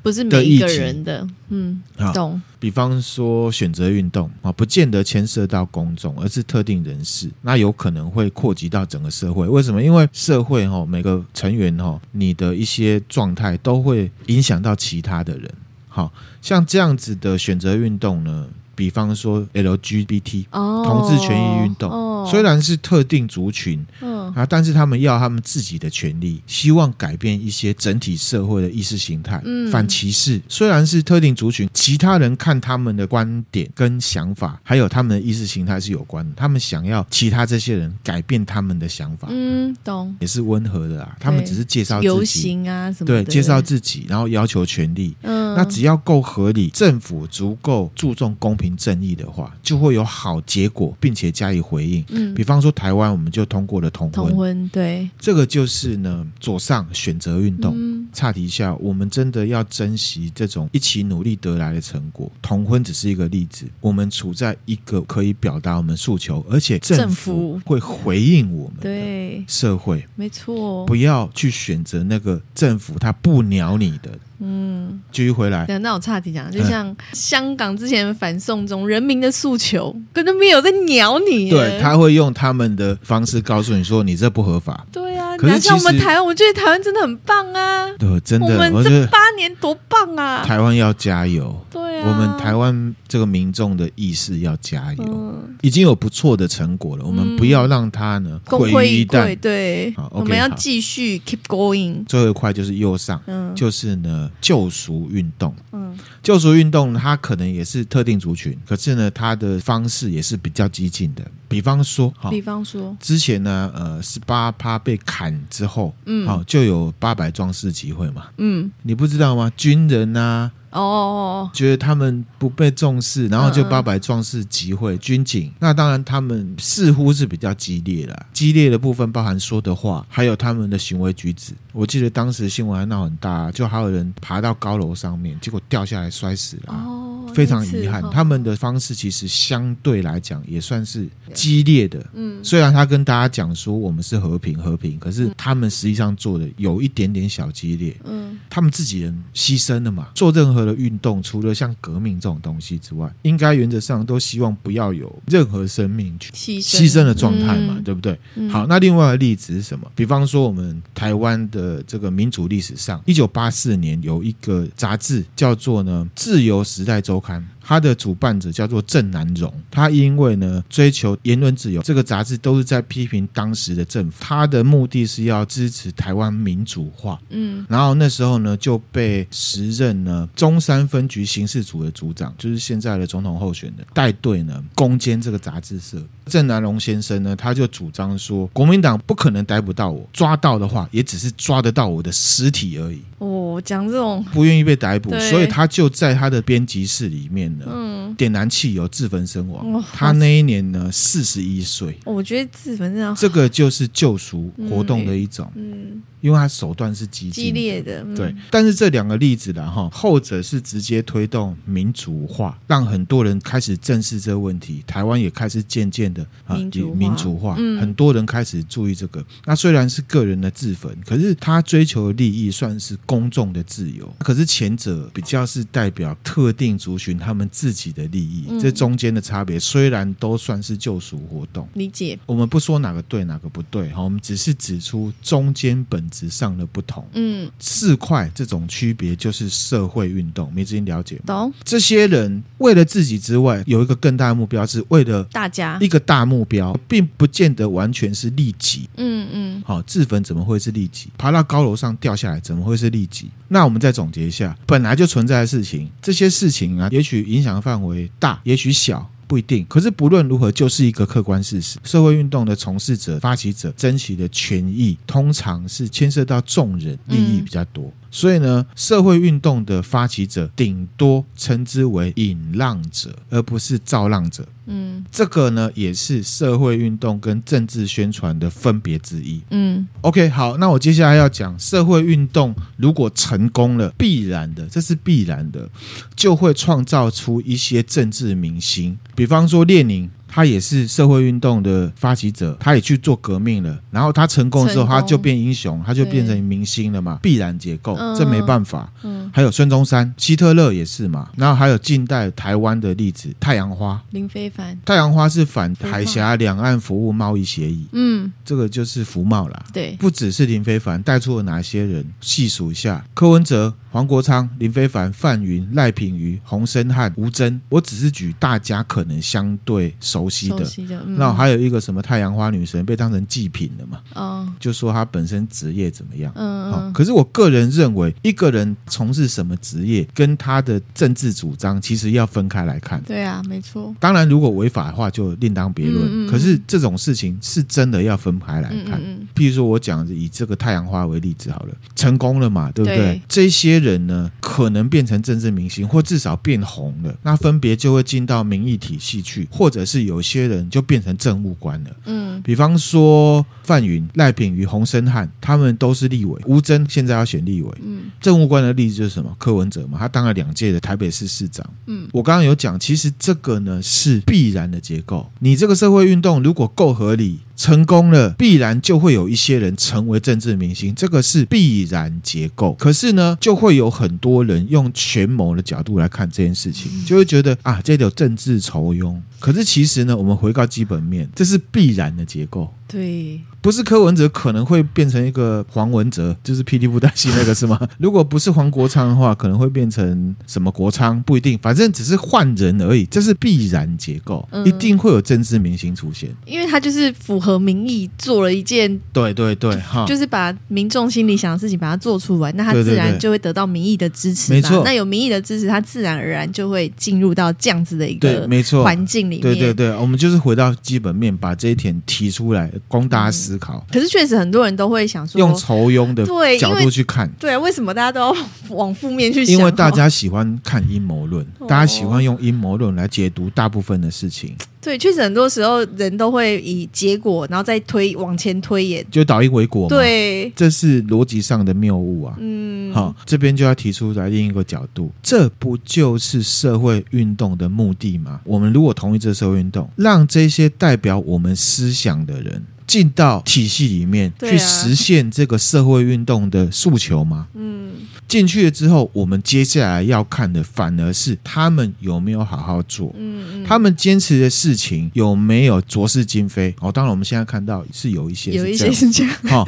Speaker 2: 不是每一个人的，嗯
Speaker 1: 啊，
Speaker 2: 懂，
Speaker 1: 比方说选择运动啊，不见得牵涉到公众，而是特定人士，那有可能会扩及到整个社会。为什么？因为社会哈、每个成员哈、你的一些状态都会影响到其他的人。好像这样子的选择运动呢，比方说 LGBT
Speaker 2: 哦，
Speaker 1: 同志权益运动，
Speaker 2: 哦、
Speaker 1: 虽然是特定族群，
Speaker 2: 嗯
Speaker 1: 啊，但是他们要他们自己的权利，希望改变一些整体社会的意识形态，
Speaker 2: 嗯
Speaker 1: 反歧视。虽然是特定族群，其他人看他们的观点跟想法，还有他们的意识形态是有关的。他们想要其他这些人改变他们的想法，
Speaker 2: 嗯，懂，
Speaker 1: 也是温和的啊。他们
Speaker 2: 对
Speaker 1: 只是介绍
Speaker 2: 游
Speaker 1: 自己，
Speaker 2: 行啊什么
Speaker 1: 对，
Speaker 2: 的，
Speaker 1: 介绍自己，然后要求权利。
Speaker 2: 嗯，
Speaker 1: 那只要够合理，政府足够注重公平正义的话，就会有好结果，并且加以回应。
Speaker 2: 嗯
Speaker 1: 比方说，台湾我们就通过了同婚
Speaker 2: 同，婚对，
Speaker 1: 这个就是呢左上选择运动。
Speaker 2: 嗯
Speaker 1: 岔题一下，我们真的要珍惜这种一起努力得来的成果。同婚只是一个例子，我们处在一个可以表达我们诉求，而且政府
Speaker 2: 政
Speaker 1: 会回应我们的
Speaker 2: 对，
Speaker 1: 社会。
Speaker 2: 没错，
Speaker 1: 不要去选择那个政府他不鸟你的。
Speaker 2: 嗯，
Speaker 1: 继续回来，
Speaker 2: 对那我岔题讲，就像
Speaker 1: 嗯
Speaker 2: 香港之前反送中人民的诉求，根本没有在鸟你耶，
Speaker 1: 对，他会用他们的方式告诉你说你这不合法。
Speaker 2: 对啊，
Speaker 1: 可是
Speaker 2: 哪像我
Speaker 1: 其
Speaker 2: 们
Speaker 1: 实
Speaker 2: 台湾，我觉得台湾真的很棒啊，
Speaker 1: 对，真
Speaker 2: 我
Speaker 1: 的，
Speaker 2: 们
Speaker 1: 我觉
Speaker 2: 这
Speaker 1: 得
Speaker 2: 八年多棒啊，
Speaker 1: 台湾要加油，
Speaker 2: 对啊，
Speaker 1: 我们台湾这个民众的意识要加油，
Speaker 2: 嗯。
Speaker 1: 已经有不错的成果了，我们不要让它呢
Speaker 2: 功
Speaker 1: 毁
Speaker 2: 亏
Speaker 1: 于一
Speaker 2: 一篑，
Speaker 1: 旦。
Speaker 2: 对
Speaker 1: 好，，OK，
Speaker 2: 我们要
Speaker 1: 好
Speaker 2: 继续 keep going，
Speaker 1: 最后一块就是右上，
Speaker 2: 嗯，
Speaker 1: 就是呢救赎运动。
Speaker 2: 嗯
Speaker 1: 救赎运动它可能也是特定族群，可是呢它的方式也是比较激进的，比方说，哈、
Speaker 2: 比方说，
Speaker 1: 之前呢，呃，十八趴被砍之后，
Speaker 2: 嗯
Speaker 1: 好、就有八百壮士集会嘛，
Speaker 2: 嗯，
Speaker 1: 你不知道吗？军人啊，
Speaker 2: 哦哦，哦
Speaker 1: 觉得他们不被重视，然后就
Speaker 2: 嗯嗯
Speaker 1: 八百壮士集会、军警。那当然，他们似乎是比较激烈了。激烈的部分包含说的话，还有他们的行为举止。我记得当时新闻还闹很大、啊就还有人爬到高楼上面，结果掉下来摔死了啊、
Speaker 2: 哦，
Speaker 1: 非常
Speaker 2: 那次
Speaker 1: 遗憾
Speaker 2: 哦，
Speaker 1: 他们的方式其实相对来讲也算是激烈的，
Speaker 2: 嗯
Speaker 1: 虽然他跟大家讲说我们是和平和平，可是他们实际上做的有一点点小激烈，
Speaker 2: 嗯
Speaker 1: 他们自己人牺牲了嘛。做任何的运动，除了像革命这种东西之外，应该原则上都希望不要有任何生命去
Speaker 2: 牺牲
Speaker 1: 牺牲的状态嘛，
Speaker 2: 嗯
Speaker 1: 对不对？
Speaker 2: 嗯
Speaker 1: 好，那另外的例子是什么？比方说，我们台湾的这个民主历史上，一九八四年有一个杂志叫做呢《自由时代周刊》。它的主办者叫做郑南荣，他因为呢追求言论自由，这个杂志都是在批评当时的政府，他的目的是要支持台湾民主化。
Speaker 2: 嗯
Speaker 1: 然后那时候呢就被时任呢中山分局刑事组的组长，就是现在的总统候选人带队呢攻坚这个杂志社。郑南荣先生呢，他就主张说，国民党不可能逮不到我，抓到的话也只是抓得到我的尸体而已，
Speaker 2: 哦，讲这种，
Speaker 1: 不愿意被逮捕，
Speaker 2: 对
Speaker 1: 所以他就在他的编辑室里面呢。
Speaker 2: 嗯，
Speaker 1: 点燃汽油自焚身亡
Speaker 2: 哇，
Speaker 1: 他那一年呢四十一岁，
Speaker 2: 我觉得自焚这样，
Speaker 1: 这个就是救赎活动的一种，
Speaker 2: 嗯，
Speaker 1: 因为他手段是激进
Speaker 2: 激
Speaker 1: 的
Speaker 2: 烈的，嗯
Speaker 1: 对，，但是这两个例子啦，哈，后者是直接推动民主化，让很多人开始正视这个问题，台湾也开始渐渐的啊
Speaker 2: 民主化
Speaker 1: 民主化，
Speaker 2: 嗯
Speaker 1: 很多人开始注意这个。那虽然是个人的自焚，可是他追求的利益算是公众的自由，可是前者比较是代表特定族群他们自己的利益，
Speaker 2: 嗯
Speaker 1: 这中间的差别虽然都算是救赎活动。
Speaker 2: 理解，
Speaker 1: 我们不说哪个对哪个不对哈，我们只是指出中间本质上的不同。
Speaker 2: 嗯，
Speaker 1: 四块这种区别就是社会运动，梅子英了解吗？
Speaker 2: 懂，
Speaker 1: 这些人为了自己之外，有一个更大的目标，是为了
Speaker 2: 大家
Speaker 1: 一，个大目标，并不见得完全是利己。
Speaker 2: 嗯嗯，
Speaker 1: 好、自焚怎么会是利己？爬到高楼上掉下来怎么会是利己？那我们再总结一下，本来就存在的事情，这些事情啊，也许影响范围大，也许小。不一定，可是不论如何，就是一个客观事实。社会运动的从事者、发起者争取的权益，通常是牵涉到众人利益
Speaker 2: 嗯
Speaker 1: 比较多，所以呢，社会运动的发起者顶多称之为引浪者，而不是造浪者。
Speaker 2: 嗯
Speaker 1: 这个呢，也是社会运动跟政治宣传的分别之一。
Speaker 2: 嗯，
Speaker 1: OK，好，那我接下来要讲社会运动，如果成功了，必然的，这是必然的，就会创造出一些政治明星，比方说列宁，他也是社会运动的发起者，他也去做革命了，然后他成功之后，
Speaker 2: 成功
Speaker 1: 他就变英雄，他就变成明星了嘛，必然结构，
Speaker 2: 嗯
Speaker 1: 这没办法。
Speaker 2: 嗯，
Speaker 1: 还有孙中山、希特勒也是嘛，然后还有近代台湾的例子，太阳花。
Speaker 2: 林非凡，
Speaker 1: 太阳花是反海峡两岸服务贸易协议，
Speaker 2: 嗯，
Speaker 1: 这个就是服贸啦。
Speaker 2: 对，
Speaker 1: 不只是林非凡带出了哪些人，细数一下：柯文哲、黄国昌、林非凡、范云、赖品妤、洪森汉、吴峥。我只是举大家可能相对熟悉
Speaker 2: 熟
Speaker 1: 的。
Speaker 2: 悉的，嗯
Speaker 1: 那还有一个什么太阳花女神被当成祭品了嘛？
Speaker 2: 哦，
Speaker 1: 就说她本身职业怎么样？
Speaker 2: 嗯
Speaker 1: 哦
Speaker 2: 嗯，
Speaker 1: 可是我个人认为，一个人从事什么职业，跟他的政治主张其实要分开来看。
Speaker 2: 对啊，没错，
Speaker 1: 当然，如果违法的话，就另当别论。
Speaker 2: 嗯嗯嗯
Speaker 1: 可是这种事情是真的要分开来
Speaker 2: 嗯
Speaker 1: 看。
Speaker 2: 嗯嗯，
Speaker 1: 譬如说，我讲以这个太阳花为例子好了，成功了嘛，对不对？
Speaker 2: 对
Speaker 1: 这些人呢，可能变成政治明星，或至少变红了，那分别就会进到民意体系去，或者是有些人就变成政务官了。
Speaker 2: 嗯，
Speaker 1: 比方说范云、赖品妤、洪森汉，他们都是立委。吴征现在要选立委，
Speaker 2: 嗯，
Speaker 1: 政务官的例子就是什么？柯文哲嘛，他当了两届的台北市市长。
Speaker 2: 嗯，
Speaker 1: 我刚刚有讲，其实这个呢是必然的结构。你这个社会运动如果够合理，成功了，必然就会有一些人成为政治明星，这个是必然结构。可是呢，就会有很多人用权谋的角度来看这件事情，就会觉得啊，这里有政治仇庸。可是其实呢，我们回到基本面，这是必然的结构。
Speaker 2: 对，
Speaker 1: 不是柯文哲可能会变成一个黄文哲，就是霹雳布袋戏那个是吗？ <laughs> 如果不是黄国昌的话，可能会变成什么国昌，不一定，反正只是换人而已，这是必然结构，
Speaker 2: 嗯
Speaker 1: 一定会有政治明星出现。
Speaker 2: 因为他就是符合民意，做了一件
Speaker 1: 对对对，哈，
Speaker 2: 就是把民众心里想的事情把它做出来，那
Speaker 1: 嗯
Speaker 2: 他
Speaker 1: 对对
Speaker 2: 自然
Speaker 1: 对
Speaker 2: 就会得到民意的支持嘛。
Speaker 1: 没错
Speaker 2: 那有民意的支持，他自然而然就会进入到这样子的一
Speaker 1: 对，
Speaker 2: 个
Speaker 1: 没错，
Speaker 2: 环境里面。
Speaker 1: 对对对，我们就是回到基本面，把这一点提出来，供大家思考，
Speaker 2: 可是确实很多人都会想嗯说，
Speaker 1: 用仇庸的
Speaker 2: 对因
Speaker 1: 角
Speaker 2: 为
Speaker 1: 度去看。
Speaker 2: 对啊，为什么大家都要往负面去想？
Speaker 1: 因为大家喜欢看阴谋论，
Speaker 2: 哦
Speaker 1: 大家喜欢用阴谋论来解读大部分的事情，
Speaker 2: <laughs> 对，确实很多时候人都会以结果，然后再推往前推演。
Speaker 1: 就倒因为果嘛。
Speaker 2: 对，
Speaker 1: 这是逻辑上的谬误啊。
Speaker 2: 嗯，
Speaker 1: 好、这边就要提出来另一个角度，这不就是社会运动的目的吗？我们如果同意这社会运动，让这些代表我们思想的人进到体系里面、
Speaker 2: 对啊
Speaker 1: 去实现这个社会运动的诉求吗？
Speaker 2: 嗯，
Speaker 1: 进去了之后，我们接下来要看的反而是他们有没有好好做。
Speaker 2: 嗯嗯，
Speaker 1: 他们坚持的事情有没有着实今非？哦，当然我们现在看到是有一些
Speaker 2: 有一
Speaker 1: 是这
Speaker 2: 些
Speaker 1: 样，
Speaker 2: 是这样，
Speaker 1: 好、
Speaker 2: 哦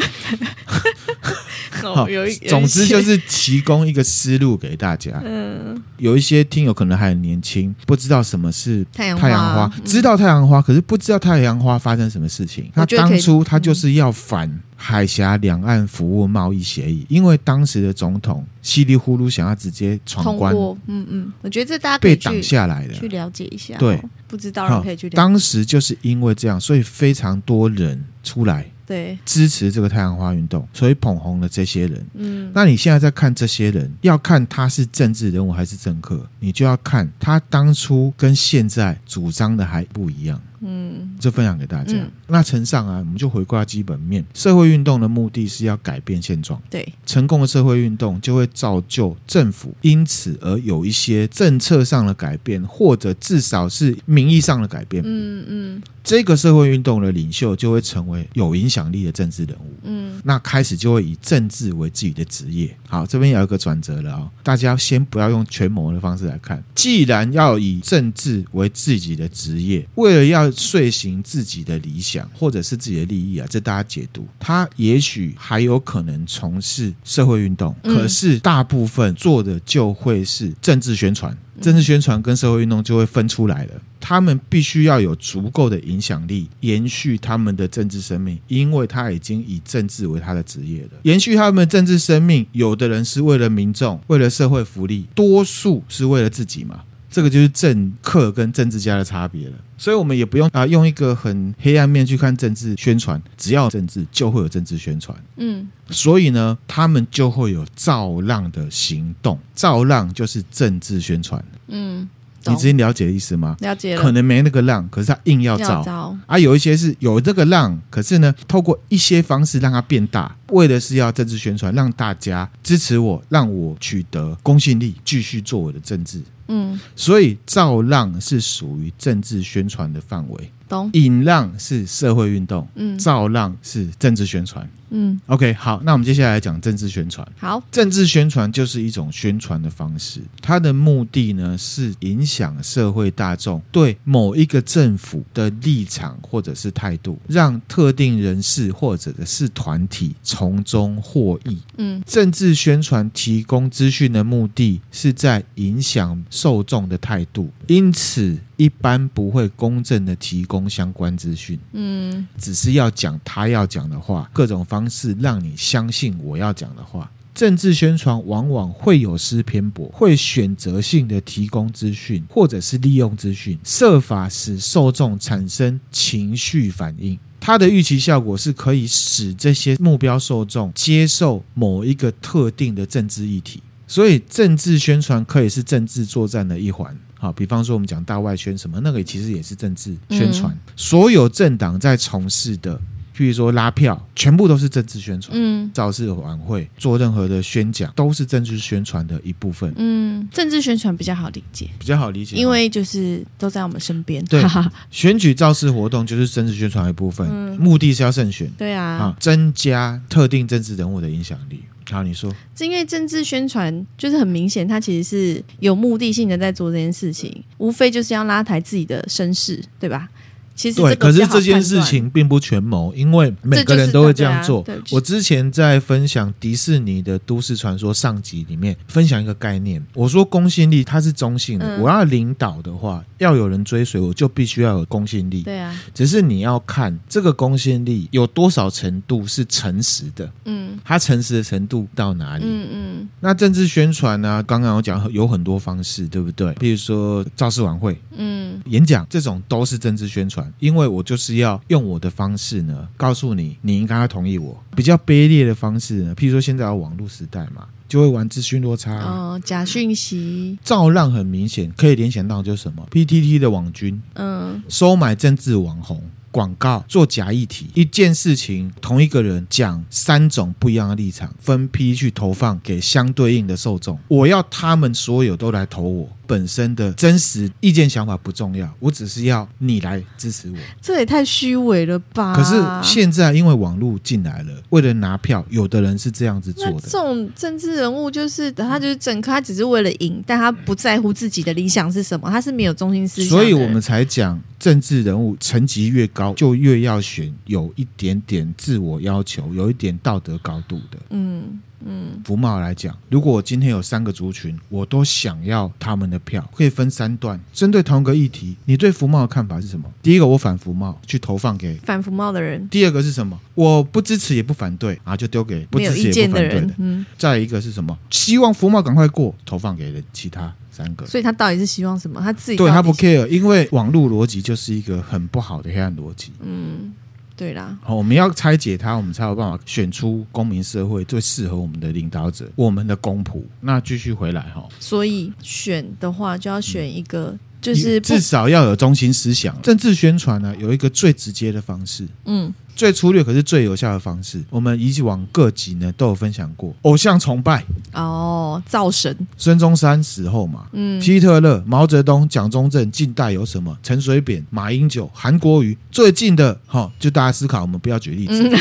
Speaker 1: 好，
Speaker 2: 有一，
Speaker 1: <laughs> 总之就
Speaker 2: 有一些
Speaker 1: 是提供一个思路给大家。
Speaker 2: 嗯，
Speaker 1: 有一些听友可能还很年轻，不知道什么是
Speaker 2: 太阳嗯
Speaker 1: 太阳花，知道太阳花，可是不知道太阳花发生什么事情。
Speaker 2: 我
Speaker 1: 他
Speaker 2: 觉得可以
Speaker 1: 当
Speaker 2: 嗯
Speaker 1: 初他就是要反海峡两岸服务贸易协议，因为当时的总统稀里呼噜想要直接闯
Speaker 2: 通
Speaker 1: 关，
Speaker 2: 过，嗯嗯，我觉得这大家可
Speaker 1: 被
Speaker 2: 以
Speaker 1: 挡
Speaker 2: 去
Speaker 1: 下来的。
Speaker 2: 去了解一下。
Speaker 1: 啊对
Speaker 2: 哦，不知道人可以去了解。
Speaker 1: 当时就是因为这样，所以非常多人出来
Speaker 2: 对，
Speaker 1: 支持这个太阳花运动，所以捧红了这些人。
Speaker 2: 嗯，
Speaker 1: 那你现在在看这些人，要看他是政治人物还是政客，你就要看他当初跟现在主张的还不一样。
Speaker 2: 嗯
Speaker 1: 这分享给大家。
Speaker 2: 嗯
Speaker 1: 那承上啊，我们就回归到基本面，社会运动的目的是要改变现状。
Speaker 2: 对，
Speaker 1: 成功的社会运动就会造就政府因此而有一些政策上的改变，或者至少是名义上的改变。
Speaker 2: 嗯嗯
Speaker 1: 这个社会运动的领袖就会成为有影响力的政治人物。
Speaker 2: 嗯，
Speaker 1: 那开始就会以政治为自己的职业。好，这边有一个转折了哦，大家先不要用权谋的方式来看。既然要以政治为自己的职业，为了要遂行自己的理想或者是自己的利益啊，这大家解读。他也许还有可能从事社会运动，
Speaker 2: 嗯
Speaker 1: 可是大部分做的就会是政治宣传。政治宣传跟社会运动就会分出来了。他们必须要有足够的影响力，延续他们的政治生命，因为他已经以政治为他的职业了。延续他们的政治生命，有的人是为了民众，为了社会福利，多数是为了自己嘛。这个就是政客跟政治家的差别了。所以我们也不用啊、用一个很黑暗面去看政治宣传，只要有政治就会有政治宣传。
Speaker 2: 嗯
Speaker 1: 所以呢，他们就会有造浪的行动。造浪就是政治宣传，
Speaker 2: 嗯，懂
Speaker 1: 你之前了解的意思吗？
Speaker 2: 了解了，
Speaker 1: 可能没那个浪，可是他硬要造
Speaker 2: 要。招，
Speaker 1: 啊，有一些是有这个浪，可是呢，透过一些方式让它变大，为的是要政治宣传，让大家支持我，让我取得公信力，继续做我的政治。
Speaker 2: 嗯
Speaker 1: 所以造浪是属于政治宣传的范围。
Speaker 2: 懂，
Speaker 1: 引浪是社会运动，
Speaker 2: 嗯
Speaker 1: 造浪是政治宣传。
Speaker 2: 嗯，
Speaker 1: OK，好，那我们接下来讲政治宣传。
Speaker 2: 好，
Speaker 1: 政治宣传就是一种宣传的方式，它的目的呢是影响社会大众对某一个政府的立场或者是态度，让特定人士或者是团体从中获益。
Speaker 2: 嗯
Speaker 1: 政治宣传提供资讯的目的是在影响受众的态度，因此一般不会公正的提供相关资讯，
Speaker 2: 嗯
Speaker 1: 只是要讲他要讲的话，各种方式让你相信我要讲的话。政治宣传往往会有失偏颇，会选择性的提供资讯，或者是利用资讯，设法使受众产生情绪反应。它的预期效果是可以使这些目标受众接受某一个特定的政治议题，所以政治宣传可以是政治作战的一环。好，比方说我们讲大外宣什么，那个其实也是政治宣传。所有政党在从事的，譬如说拉票，全部都是政治宣传。
Speaker 2: 嗯
Speaker 1: 造势晚会做任何的宣讲，都是政治宣传的一部分，
Speaker 2: 嗯，政治宣传比较好理解，
Speaker 1: 比较好理解哦。
Speaker 2: 因为就是都在我们身边，
Speaker 1: 对
Speaker 2: 哈哈，
Speaker 1: 选举造势活动就是政治宣传的一部分，
Speaker 2: 嗯
Speaker 1: 目的是要胜选
Speaker 2: 对
Speaker 1: 啊
Speaker 2: 啊，，
Speaker 1: 增加特定政治人物的影响力。好，你说，
Speaker 2: 是因为政治宣传就是很明显，它其实是有目的性的在做这件事情，无非就是要拉抬自己的身世，对吧？其实
Speaker 1: 对，
Speaker 2: 这个
Speaker 1: 可是
Speaker 2: 比较好
Speaker 1: 这件
Speaker 2: 判
Speaker 1: 事
Speaker 2: 断
Speaker 1: 情并不全谋，因为每个人都会这样做。
Speaker 2: 这就是对啊对
Speaker 1: 我之前在分享迪士尼的《都市传说》上集里面分享一个概念，我说公信力它是中性的，
Speaker 2: 嗯
Speaker 1: 我要领导的话，要有人追随，我就必须要有公信力。
Speaker 2: 对啊，
Speaker 1: 只是你要看这个公信力有多少程度是诚实的，
Speaker 2: 嗯
Speaker 1: 它诚实的程度到哪里？
Speaker 2: 嗯嗯
Speaker 1: 那政治宣传呢、刚刚我讲有很多方式，对不对？比如说造势晚会、
Speaker 2: 嗯
Speaker 1: 演讲这种都是政治宣传，因为我就是要用我的方式呢，告诉你你应该要同意我。比较卑劣的方式呢，譬如说现在有网络时代嘛，就会玩资讯落差。
Speaker 2: 哦，假讯息，
Speaker 1: 造浪很明显，可以联想到就是什么 PTT 的网军，
Speaker 2: 嗯
Speaker 1: 收买政治网红。广告做假议题，一件事情，同一个人讲三种不一样的立场，分批去投放给相对应的受众。我要他们所有都来投我，本身的真实意见想法不重要，我只是要你来支持我。
Speaker 2: 这也太虚伪了吧？
Speaker 1: 可是现在因为网络进来了，为了拿票，有的人是这样子做
Speaker 2: 那
Speaker 1: 的
Speaker 2: 这。种政治人物就是他就是整个他只是为了赢，但他不在乎自己的理想是什么，他是没有中心思想
Speaker 1: 所
Speaker 2: 的人。
Speaker 1: 以我们才讲，政治人物层级越高，就越要选有一点点自我要求、有一点道德高度的。
Speaker 2: 嗯嗯
Speaker 1: 福茂来讲，如果我今天有三个族群，我都想要他们的票，可以分三段，针对同一个议题，你对福茂的看法是什么？第一个，我反福茂去投放给；
Speaker 2: 反服贸的人，
Speaker 1: 第二个是什么？我不支持也不反对，啊，就丢给不
Speaker 2: 没有
Speaker 1: 支
Speaker 2: 意
Speaker 1: 持也
Speaker 2: 见
Speaker 1: 不反对
Speaker 2: 人
Speaker 1: 的。，
Speaker 2: 嗯，
Speaker 1: 再一个是什么？希望福茂赶快过，投放给了其他三个。
Speaker 2: 所以他到底是希望什么？他自己
Speaker 1: 对
Speaker 2: 到
Speaker 1: 他
Speaker 2: 底
Speaker 1: 不
Speaker 2: 是
Speaker 1: care，因为网络逻辑就是一个很不好的黑暗逻辑。
Speaker 2: 嗯，对啦，
Speaker 1: 好，我们要拆解它，我们才有办法选出公民社会最适合我们的领导者，我们的公仆。那继续回来哈，
Speaker 2: 所以选的话就要选一个，就是不
Speaker 1: 至少要有中心思想。政治宣传呢、有一个最直接的方式，
Speaker 2: 嗯
Speaker 1: 最粗略可是最有效的方式。我们以往各集呢都有分享过，偶像崇拜，
Speaker 2: 哦造神，
Speaker 1: 孙中山死后嘛。
Speaker 2: 嗯
Speaker 1: 希特勒、毛泽东、蒋中正，近代有什么？陈水扁、马英九、韩国瑜，最近的哈、齁就大家思考，我们不要举例子。
Speaker 2: 嗯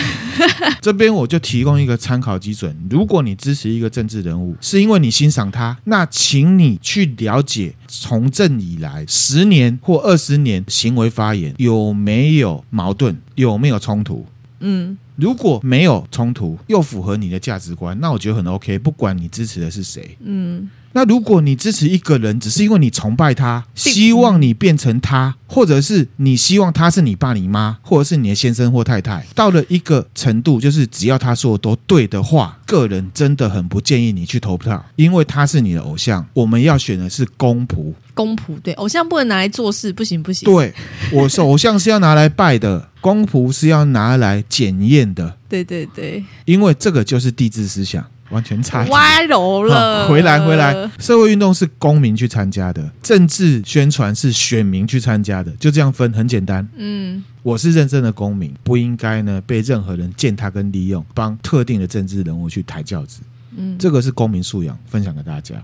Speaker 1: <laughs> 这边我就提供一个参考基准：如果你支持一个政治人物，是因为你欣赏他，那请你去了解从政以来十年或二十年行为发言有没有矛盾，有没有冲突。
Speaker 2: 嗯
Speaker 1: 如果没有冲突，又符合你的价值观，那我觉得很 OK。不管你支持的是谁，
Speaker 2: 嗯
Speaker 1: 那如果你支持一个人，只是因为你崇拜他，
Speaker 2: 并
Speaker 1: 希望你变成他，或者是你希望他是你爸、你妈，或者是你的先生或太太，到了一个程度，就是只要他说的都对的话，个人真的很不建议你去投票，因为他是你的偶像。我们要选的是公仆，
Speaker 2: 公仆对偶像不能拿来做事，不行不行，
Speaker 1: 对我是偶像是要拿来拜的，公仆是要拿来检验的，
Speaker 2: 对对对，
Speaker 1: 因为这个就是帝制思想，完全差题。
Speaker 2: 歪楼了，
Speaker 1: 好回来回来，社会运动是公民去参加的，政治宣传是选民去参加的，就这样分，很简单。
Speaker 2: 嗯
Speaker 1: 我是认真的公民，不应该呢被任何人践踏跟利用，帮特定的政治人物去抬轿子。
Speaker 2: 嗯，
Speaker 1: 这个是公民素养，分享给大家。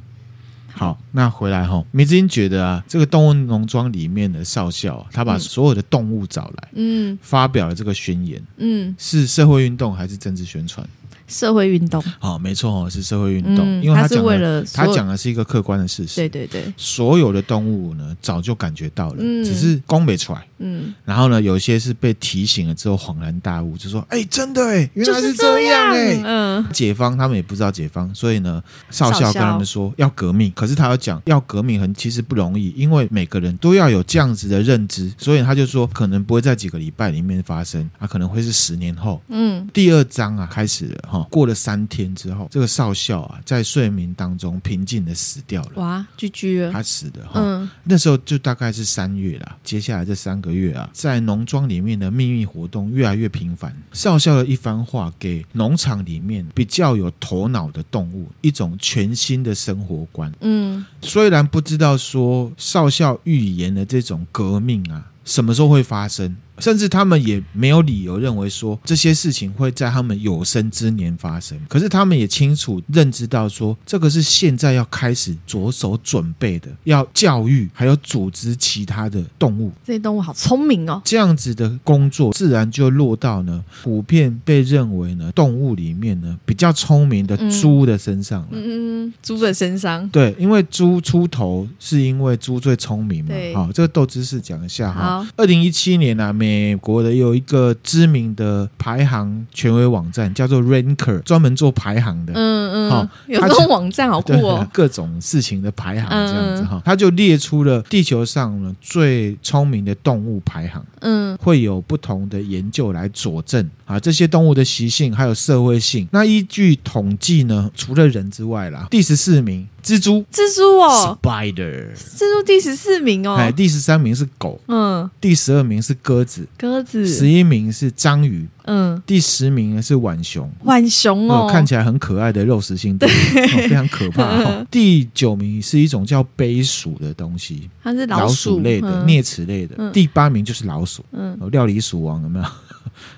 Speaker 1: 好，那回来哈，梅子英觉得啊，这个动物农庄里面的少校、啊，他把
Speaker 2: 嗯
Speaker 1: 所有的动物找来，
Speaker 2: 嗯
Speaker 1: 发表了这个宣言，
Speaker 2: 嗯，
Speaker 1: 是社会运动还是政治宣传？
Speaker 2: 社会运动，
Speaker 1: 好，没错哦，是社会运动，
Speaker 2: 嗯，
Speaker 1: 因为
Speaker 2: 他
Speaker 1: 讲
Speaker 2: 是为
Speaker 1: 的
Speaker 2: 了
Speaker 1: 他
Speaker 2: 所有
Speaker 1: 讲的是一个客观的事实。
Speaker 2: 对对对，
Speaker 1: 所有的动物呢，早就感觉到了，
Speaker 2: 嗯
Speaker 1: 只是攻没出来。
Speaker 2: 嗯，
Speaker 1: 然后呢，有些是被提醒了之后恍然大悟，就说：“哎、真的哎、原
Speaker 2: 就
Speaker 1: 来
Speaker 2: 这
Speaker 1: 这样哎、
Speaker 2: 嗯
Speaker 1: 解放他们也不知道解放，所以呢，少校
Speaker 2: 少校
Speaker 1: 跟他们说要革命，可是他要讲要革命很其实不容易，因为每个人都要有这样子的认知，所以他就说可能不会在几个礼拜里面发生，啊，可能会是十年后。
Speaker 2: 嗯
Speaker 1: 第二章啊开始了哈，过了三天之后，这个少校啊在睡眠当中平静的死掉了，
Speaker 2: 哇，居居了，
Speaker 1: 他死的哈。
Speaker 2: 嗯
Speaker 1: 那时候就大概是三月啦，接下来这三个月啊，在农庄里面的秘密活动越来越频繁。少校的一番话，给农场里面比较有头脑的动物一种全新的生活观。
Speaker 2: 嗯
Speaker 1: 虽然不知道说少校预言的这种革命啊，什么时候会发生，甚至他们也没有理由认为说这些事情会在他们有生之年发生。可是他们也清楚认知到说，这个是现在要开始着手准备的，要教育还有组织其他的动物。
Speaker 2: 这些动物好聪明哦，
Speaker 1: 这样子的工作，自然就落到呢，普遍被认为呢，动物里面呢比较聪明的
Speaker 2: 嗯
Speaker 1: 猪的身上了。
Speaker 2: 嗯，嗯嗯猪的身上，
Speaker 1: 对，因为猪出头是因为猪最聪明嘛。
Speaker 2: 对
Speaker 1: 好、这个斗知识讲一下哈
Speaker 2: 好。
Speaker 1: 二零一七年啊，美国的有一个知名的排行权威网站叫做 Ranker，专门做排行的。
Speaker 2: 嗯
Speaker 1: 好
Speaker 2: 嗯，有
Speaker 1: 它
Speaker 2: 这
Speaker 1: 就
Speaker 2: 种网站好酷
Speaker 1: 对 <laughs>
Speaker 2: 哦，
Speaker 1: 各种事情的排行这样子
Speaker 2: 嗯嗯
Speaker 1: 哈，他就列出了地球上呢最聪明的动物排行，
Speaker 2: 嗯
Speaker 1: 会有不同的研究来佐证啊这些动物的习性还有社会性。那依据统计呢，除了人之外啦，第十四名蜘蛛
Speaker 2: 蜘蛛哦，
Speaker 1: Spider，
Speaker 2: 蜘蛛第十四名哦，
Speaker 1: 哎，第十三名是狗，
Speaker 2: 嗯，
Speaker 1: 第十二名是鸽子，
Speaker 2: 鸽
Speaker 1: 十
Speaker 2: 子，
Speaker 1: 一名是章鱼，
Speaker 2: 嗯，
Speaker 1: 第十名是浣熊。
Speaker 2: 浣熊
Speaker 1: 哦
Speaker 2: 哦，，
Speaker 1: 看起来很可爱的肉食性动物，哦非常
Speaker 2: <laughs>
Speaker 1: 可怕、哦。第九名是一种叫杯鼠的东西，
Speaker 2: 它是
Speaker 1: 老
Speaker 2: 鼠
Speaker 1: 类的、
Speaker 2: 嗯
Speaker 1: 啮齿类的。
Speaker 2: 嗯
Speaker 1: 第八名就是老鼠，
Speaker 2: 嗯
Speaker 1: 哦料理鼠王有没 <laughs> 有？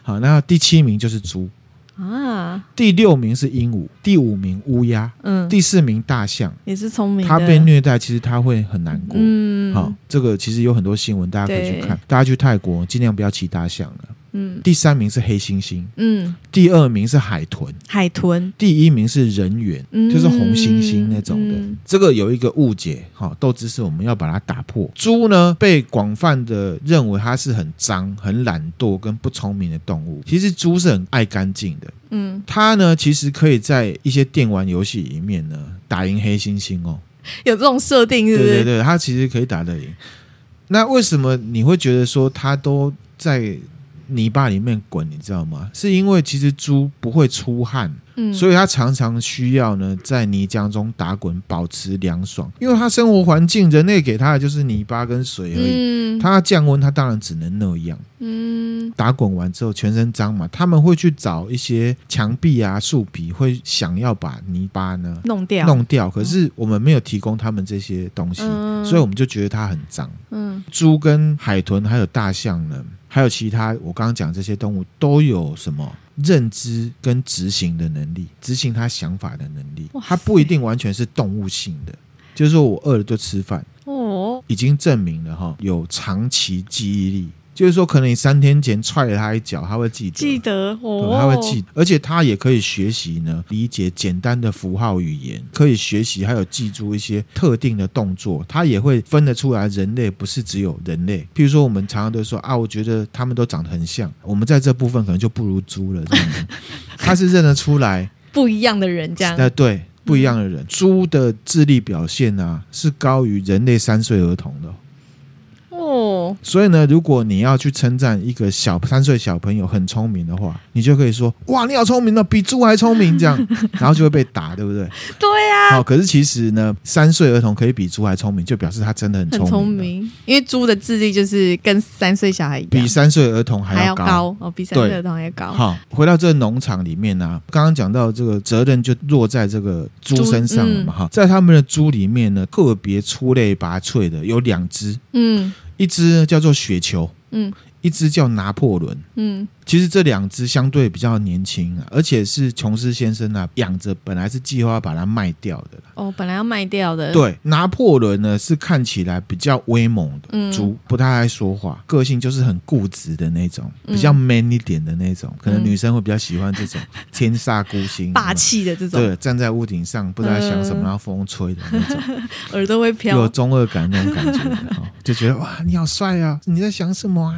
Speaker 1: 好，那第七名就是猪，
Speaker 2: 啊，
Speaker 1: 第六名是鹦鹉，第五名乌鸦，
Speaker 2: 嗯，
Speaker 1: 第四名大象。
Speaker 2: 也是聪明的，
Speaker 1: 它被虐待，其实它会很难过。
Speaker 2: 嗯，
Speaker 1: 好、这个其实有很多新闻，大家可以去看
Speaker 2: 对。
Speaker 1: 大家去泰国尽量不要骑大象了。
Speaker 2: 嗯
Speaker 1: 第三名是黑猩猩，
Speaker 2: 嗯，
Speaker 1: 第二名是海豚，
Speaker 2: 海豚，
Speaker 1: 第一名是人猿，
Speaker 2: 嗯
Speaker 1: 就是红猩猩那种的。
Speaker 2: 嗯
Speaker 1: 这个有一个误解，哈、斗知识我们要把它打破。猪呢，被广泛的认为它是很脏、很懒惰跟不聪明的动物，其实猪是很爱干净的。
Speaker 2: 嗯，
Speaker 1: 它呢，其实可以在一些电玩游戏里面呢打赢黑猩猩哦。
Speaker 2: 有这种设定是不
Speaker 1: 对对
Speaker 2: 是？
Speaker 1: 对，他其实可以打得赢。那为什么你会觉得说他都在泥巴里面滚？你知道吗？是因为其实猪不会出汗，
Speaker 2: 嗯，
Speaker 1: 所以它常常需要呢在泥浆中打滚，保持凉爽。因为它生活环境，人类给它的就是泥巴跟水而已。
Speaker 2: 嗯
Speaker 1: 它降温，它当然只能那样。
Speaker 2: 嗯
Speaker 1: 打滚完之后全身脏嘛，他们会去找一些墙壁啊、树皮，会想要把泥巴呢
Speaker 2: 弄掉，
Speaker 1: 弄掉。可是我们没有提供他们这些东西，
Speaker 2: 嗯
Speaker 1: 所以我们就觉得它很脏。
Speaker 2: 嗯
Speaker 1: 猪跟海豚还有大象呢，还有其他我刚刚讲这些动物都有什么认知跟执行的能力，执行它想法的能力
Speaker 2: 哇，塞
Speaker 1: 它不一定完全是动物性的。就是说我饿了就吃饭，
Speaker 2: 哦，
Speaker 1: 已经证明了哈有长期记忆力。就是说，可能你三天前踹了它一脚，它会记得。
Speaker 2: 记得
Speaker 1: 对
Speaker 2: 哦，
Speaker 1: 他会记，而且他也可以学习呢，理解简单的符号语言，可以学习还有记住一些特定的动作，他也会分得出来人类不是只有人类。譬如说，我们常常都说啊，我觉得他们都长得很像，我们在这部分可能就不如猪了。这样
Speaker 2: <laughs>
Speaker 1: 子他是认得出来，
Speaker 2: 不一样的人这样，嗯
Speaker 1: 呃，对。不一样的人，猪的智力表现啊是高于人类三岁儿童的哦、
Speaker 2: 哦，
Speaker 1: 所以呢，如果你要去称赞一个小三岁小朋友很聪明的话，你就可以说：“哇，你好聪明哦，比猪还聪明。”这
Speaker 2: <laughs>
Speaker 1: 样，然后就会被打，对不对？
Speaker 2: 对啊呀、
Speaker 1: 好，可是其实呢，三岁儿童可以比猪还聪明，就表示他真的很聪
Speaker 2: 很
Speaker 1: 明，
Speaker 2: 聪，明，因为猪的智力就是跟三岁小孩一
Speaker 1: 比
Speaker 2: 样，
Speaker 1: 三岁儿童
Speaker 2: 还
Speaker 1: 还
Speaker 2: 要
Speaker 1: 要高。
Speaker 2: 高哦，比三
Speaker 1: 对
Speaker 2: 岁儿童还要高。
Speaker 1: 好，回到这农场里面呢、啊，刚刚讲到这个责任就落在这个猪身上了嘛，
Speaker 2: 嗯
Speaker 1: 哈、在他们的猪里面呢，特别出类拔萃的有两只，
Speaker 2: 嗯
Speaker 1: 一只叫做雪球，
Speaker 2: 嗯，
Speaker 1: 一一只叫拿破仑。
Speaker 2: 嗯
Speaker 1: 其实这两只相对比较年轻啊，而且是琼斯先生啊养着，本来是计划要把它卖掉的啦。
Speaker 2: 哦，本来要卖掉的，，
Speaker 1: 对，拿破仑呢是看起来比较威猛的，
Speaker 2: 嗯
Speaker 1: 主不太爱说话，个性就是很固执的那种，
Speaker 2: 嗯
Speaker 1: 比较 man 一点的那种，可能女生会比较喜欢这种天煞孤星、
Speaker 2: 霸气的这
Speaker 1: 有没有。
Speaker 2: 种，
Speaker 1: 对，站在屋顶上不知道想什么，
Speaker 2: 嗯
Speaker 1: 然后风吹的那种，
Speaker 2: 耳朵会
Speaker 1: 有
Speaker 2: 飘，
Speaker 1: 中二感那种感觉的，
Speaker 2: <laughs>
Speaker 1: 哦就觉得哇，你好帅啊！你在想什么啊？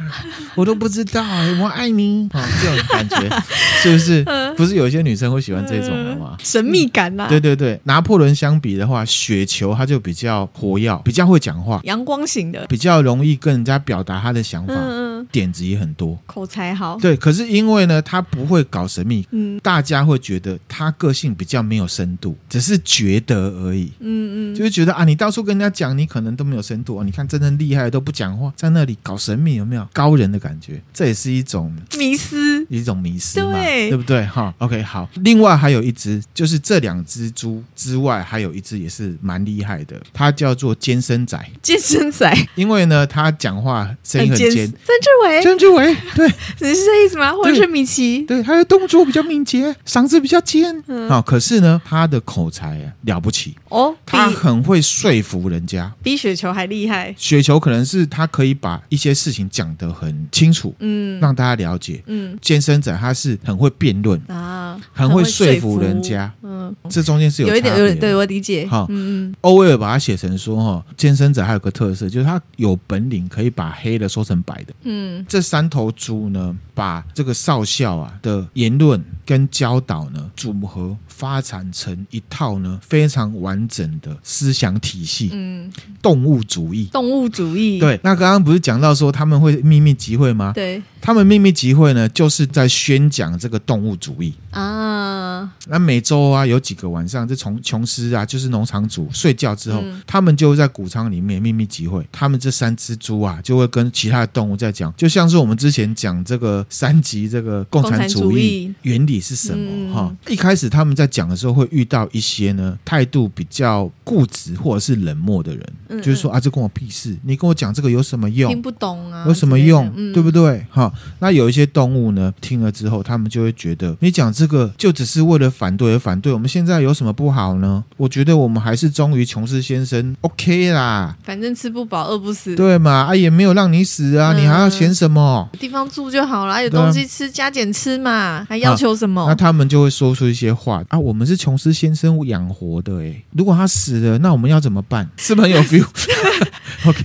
Speaker 1: 我都不知道，我爱你啊、哦！这种感觉是不
Speaker 2: <laughs> 嗯
Speaker 1: 是？不是有些女生会喜欢这种的吗？
Speaker 2: 神秘感啊啦、
Speaker 1: 对对对，拿破仑相比的话，雪球他就比较活跃，比较会讲话，
Speaker 2: 阳光型的，
Speaker 1: 比较容易跟人家表达他的想法，
Speaker 2: 嗯嗯，
Speaker 1: 点子也很多。
Speaker 2: 口才好，
Speaker 1: 对，可是因为呢，他不会搞神秘，
Speaker 2: 哦嗯
Speaker 1: 大家会觉得他个性比较没有深度，只是觉得而已。
Speaker 2: 嗯嗯，
Speaker 1: 就是觉得啊，你到处跟人家讲，你可能都没有深度啊。你看真正厉害的都不讲话，在那里搞神秘，有没有高人的感觉？这也是一种
Speaker 2: 迷失，
Speaker 1: 一种迷失嘛，
Speaker 2: 对
Speaker 1: 不对？哈，OK，好。另外还有一只，就是这两只猪之外，还有一只也是蛮厉害的，它叫做尖身仔，
Speaker 2: 健身仔，
Speaker 1: 因为呢，它讲话声音很
Speaker 2: 哎尖，
Speaker 1: 尖。
Speaker 2: 曾志伟，
Speaker 1: 曾志伟，对
Speaker 2: 你是这意思吗？或者
Speaker 1: 对
Speaker 2: 是米奇？
Speaker 1: 对，它的动作比较敏捷，嗓子比较尖。
Speaker 2: 嗯
Speaker 1: 好、可是呢，它的口才啊了不起，
Speaker 2: 哦，比
Speaker 1: 它很会说服人家。
Speaker 2: 比雪球还厉害，
Speaker 1: 雪球可能是他可以把一些事情讲得很清楚，
Speaker 2: 嗯
Speaker 1: 让大家了解。
Speaker 2: 嗯
Speaker 1: 健身者他是很会辩论，
Speaker 2: 啊，
Speaker 1: 很会
Speaker 2: 会
Speaker 1: 说服人家，
Speaker 2: 嗯，
Speaker 1: 这中间是
Speaker 2: 有
Speaker 1: 有
Speaker 2: 一
Speaker 1: 差
Speaker 2: 点，有
Speaker 1: 别
Speaker 2: 点对
Speaker 1: 的。
Speaker 2: 我理解，
Speaker 1: 好
Speaker 2: 嗯嗯，
Speaker 1: 欧威尔把它写成说，哈，健身者还有个特色，就是他有本领可以把黑的说成白的。
Speaker 2: 嗯
Speaker 1: 这三头猪呢，把这个少校啊的言论跟教导呢，组合发展成一套呢非常完整的思想体系，
Speaker 2: 嗯，
Speaker 1: 动物主义。
Speaker 2: 动物主义，
Speaker 1: 对，那刚刚不是讲到说他们会秘密集会吗？
Speaker 2: 对
Speaker 1: 他们秘密集会呢，就是在宣讲这个动物主义。
Speaker 2: 啊，
Speaker 1: 那每周啊，有几个晚上，这从琼斯啊，就是农场主睡觉之后，
Speaker 2: 嗯
Speaker 1: 他们就会在谷仓里面秘密集会。他们这三只猪啊，就会跟其他的动物在讲，就像是我们之前讲这个三级这个共
Speaker 2: 共
Speaker 1: 产
Speaker 2: 产
Speaker 1: 主
Speaker 2: 主
Speaker 1: 义
Speaker 2: 义
Speaker 1: 原理是什么
Speaker 2: 嗯
Speaker 1: 哈、一开始他们在讲的时候，会遇到一些呢态度比较固执或者是冷漠的人，
Speaker 2: 嗯
Speaker 1: 就是说啊，这关我屁事，你跟我讲这个有什么用？
Speaker 2: 听不懂啊，
Speaker 1: 有什么用，
Speaker 2: 之类的嗯
Speaker 1: 对不对？哈，那有一些动物呢，听了之后，他们就会觉得你讲这个就只是为了反对而反对，我们现在有什么不好呢？我觉得我们还是忠于琼斯先生，OK 啦，
Speaker 2: 反正吃不饱饿不死，
Speaker 1: 对嘛？啊，也没有让你死啊，
Speaker 2: 嗯
Speaker 1: 你还要嫌什么？
Speaker 2: 地方住就好啦，有
Speaker 1: 对啊
Speaker 2: 东西吃加减吃嘛，还要求什
Speaker 1: 那
Speaker 2: 么？
Speaker 1: 他们就会说出一些话啊，我们是琼斯先生养活的、诶，如果他死了，那我们要怎么办？是不是很有
Speaker 2: <laughs>
Speaker 1: feel？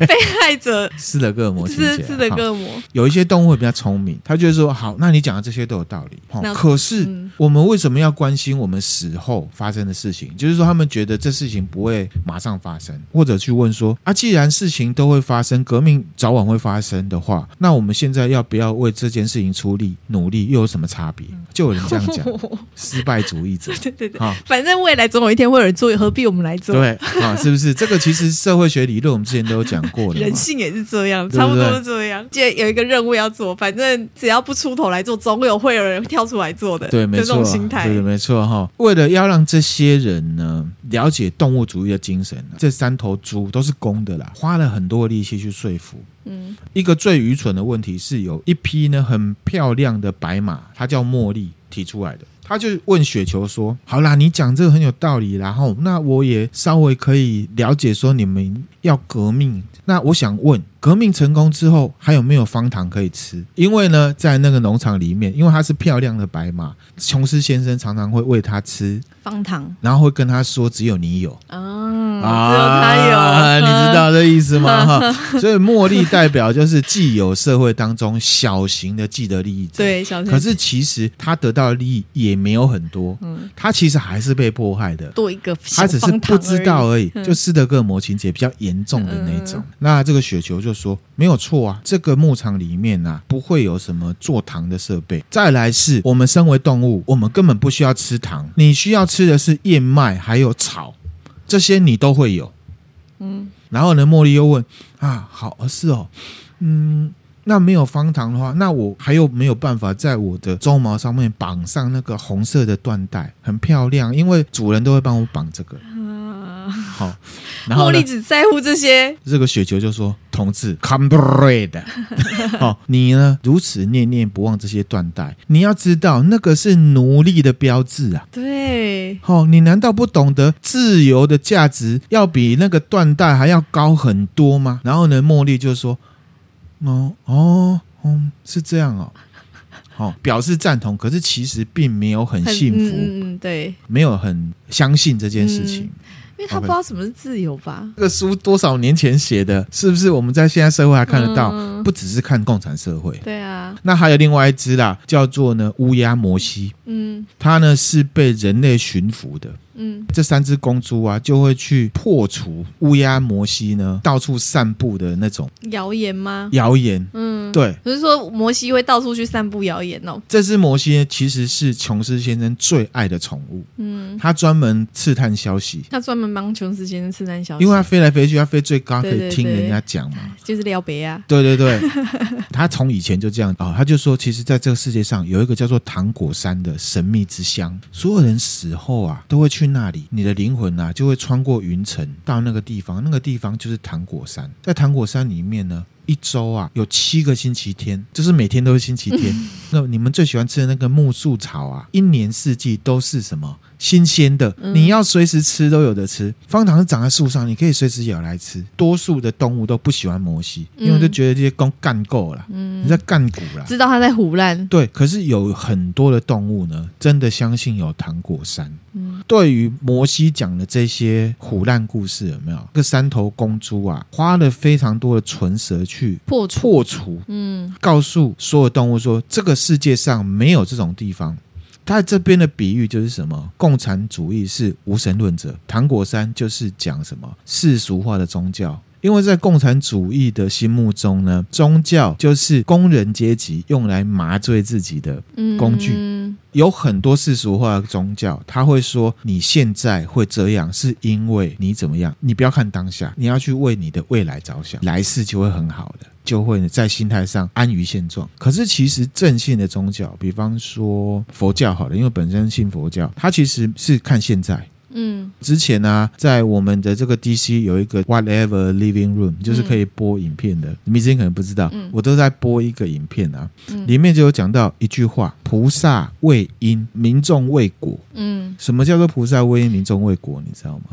Speaker 2: 被 <laughs> 害者
Speaker 1: 斯德哥尔摩情节
Speaker 2: 是
Speaker 1: 啊，
Speaker 2: 是的
Speaker 1: 哈
Speaker 2: 恶魔，
Speaker 1: 有一些动物会比较聪明，它就会说：“好，那你讲的这些都有道理。哦
Speaker 2: 那”
Speaker 1: 可是
Speaker 2: 嗯，
Speaker 1: 我们为什么要关心我们死后发生的事情？就是说，他们觉得这事情不会马上发生，或者去问说：“啊，既然事情都会发生，革命早晚会发生的话，那我们现在要不要为这件事情出力努力，又有什么差别？”就有人这样讲
Speaker 2: <laughs>
Speaker 1: 失败主义者。
Speaker 2: 对对对，
Speaker 1: 啊、
Speaker 2: 反正未来总有一天会有人做，何必我们来做？
Speaker 1: 对啊，是不是？这个其实社会学理论我们之前都有讲过的嘛
Speaker 2: 人。性也是这样，
Speaker 1: 对不对
Speaker 2: 差不多是这样。记得有一个任务要做，反正只要不出头来做，总有会有人跳出来做的。
Speaker 1: 对，
Speaker 2: 就
Speaker 1: 没
Speaker 2: 这
Speaker 1: 错，
Speaker 2: 种心态
Speaker 1: 对，没错哈。为了要让这些人呢了解动物主义的精神，这三头猪都是公的啦，花了很多力气去说服。
Speaker 2: 嗯
Speaker 1: 一个最愚蠢的问题是有一匹呢很漂亮的白马，它叫茉莉提出来的。他就问雪球说：“好啦，你讲这个很有道理啦，然后那我也稍微可以了解说你们要革命。那我想问，革命成功之后还有没有方糖可以吃？因为呢，在那个农场里面，因为它是漂亮的白马，琼斯先生常常会喂它吃，
Speaker 2: 方糖
Speaker 1: 然后会跟他说只有你有。”
Speaker 2: 啊，只有他有，
Speaker 1: 啊 <laughs> 你知
Speaker 2: 嗯
Speaker 1: 道这意思
Speaker 2: <laughs>
Speaker 1: 吗？哈，所以茉莉代表就是既有社会当中小型的既得利益者，。
Speaker 2: 对小
Speaker 1: 可
Speaker 2: 陈，
Speaker 1: 是其实他得到的利益也没有很多，
Speaker 2: 嗯，
Speaker 1: 他其实还是被迫害的。
Speaker 2: 多一个小
Speaker 1: 他只是
Speaker 2: 方糖
Speaker 1: 不知道
Speaker 2: 而
Speaker 1: 而已，
Speaker 2: 嗯
Speaker 1: 就斯德哥尔摩情节比较严重的那种。那这个雪球就说没有错啊，这个牧场里面啊不会有什么做糖的设备。再来是我们身为动物，我们根本不需要吃糖，你需要吃的是燕麦还有草，这些你都会有。
Speaker 2: 已，嗯，
Speaker 1: 然后呢，茉莉又问啊，好，呃是哦，嗯，那没有方糖的话，那我还有没有办法在我的鬃毛上面绑上那个红色的缎带，很漂亮，因为主人都会帮我绑这个。
Speaker 2: 啊
Speaker 1: 好、然
Speaker 2: 茉
Speaker 1: 后呢
Speaker 2: 莉，只在乎这些，
Speaker 1: 这个雪球就说：“同志 c o m b r a
Speaker 2: <laughs>
Speaker 1: d 好、你呢如此念念不忘这些缎带，你要知道那个是奴隶的标志啊。”
Speaker 2: 对，
Speaker 1: 好、你难道不懂得自由的价值要比那个缎带还要高很多吗？然后呢，茉莉就说：“哦哦，嗯，是这样哦。”好、表示赞同，可是其实并没有很
Speaker 2: 很
Speaker 1: 幸
Speaker 2: 嗯
Speaker 1: 福，
Speaker 2: 嗯嗯，对，
Speaker 1: 没有很相信这件事情。
Speaker 2: 嗯因为他
Speaker 1: OK
Speaker 2: 不知道什么是自由吧？
Speaker 1: 这个书多少年前写的，是不是我们在现在社会还看得到？
Speaker 2: 嗯
Speaker 1: 不只是看共产社会，
Speaker 2: 对啊，
Speaker 1: 那还有另外一只啦，叫做呢乌鸦摩西，
Speaker 2: 嗯
Speaker 1: 它呢是被人类驯服的。
Speaker 2: 嗯，
Speaker 1: 这三只公猪啊，就会去破除乌鸦摩西呢到处散布的那种
Speaker 2: 谣言吗？
Speaker 1: 谣言。
Speaker 2: 嗯，
Speaker 1: 对，
Speaker 2: 不是说摩西会到处去散布谣言哦。
Speaker 1: 这只摩西呢其实是琼斯先生最爱的宠物，
Speaker 2: 嗯，
Speaker 1: 它专门刺探消息，
Speaker 2: 他专门帮琼斯先生刺探消息，
Speaker 1: 因为它飞来飞去，它飞最高，可
Speaker 2: 对
Speaker 1: 以
Speaker 2: 对
Speaker 1: 听
Speaker 2: 对
Speaker 1: 人家讲嘛。
Speaker 2: 就是撩别啊。
Speaker 1: 对对对，他从以前就这样啊、哦，他就说，其实在这个世界上有一个叫做糖果山的神秘之乡，所有人死后啊都会去那里，你的灵魂啊就会穿过云层到那个地方，那个地方就是糖果山，在糖果山里面呢。一周啊，有七个星期天，就是每天都是星期天。那你们最喜欢吃的那个木树草啊，一年四季都是什么新鲜的？
Speaker 2: 嗯
Speaker 1: 你要随时吃都有的吃。方糖是长在树上，你可以随时咬来吃。多数的动物都不喜欢摩西，因为
Speaker 2: 嗯
Speaker 1: 就觉得这些公干够了啦，
Speaker 2: 嗯
Speaker 1: 你，在干股啦。
Speaker 2: 知道他在胡乱。
Speaker 1: 对，可是有很多的动物呢，真的相信有糖果山。
Speaker 2: 嗯
Speaker 1: 对于摩西讲的这些虎烂故事，有没有？这个三头公猪啊，花了非常多的唇舌去
Speaker 2: 破处。
Speaker 1: 破除
Speaker 2: 嗯
Speaker 1: 告诉所有动物说，这个世界上没有这种地方。他这边的比喻就是什么？共产主义是无神论者，糖果山就是讲什么世俗化的宗教。因为在共产主义的心目中呢，宗教就是工人阶级用来麻醉自己的。
Speaker 2: 嗯，
Speaker 1: 工具
Speaker 2: 嗯
Speaker 1: 有很多世俗化的宗教，他会说你现在会这样，是因为你怎么样？你不要看当下，你要去为你的未来着想，来世就会很好的。就会在心态上安于现状。可是其实正信的宗教，比方说佛教好了，因为本身信佛教，它其实是看现在。
Speaker 2: 嗯
Speaker 1: 之前呢、在我们的这个 DC 有一个 Whatever Living Room，就是可以播影片的。你们之前可能不知道，
Speaker 2: 嗯
Speaker 1: 我都在播一个影片啊，
Speaker 2: 嗯
Speaker 1: 里面就有讲到一句话：菩萨为因，民众为果。
Speaker 2: 嗯，
Speaker 1: 什么叫做菩萨为因，民众为果？你知道吗？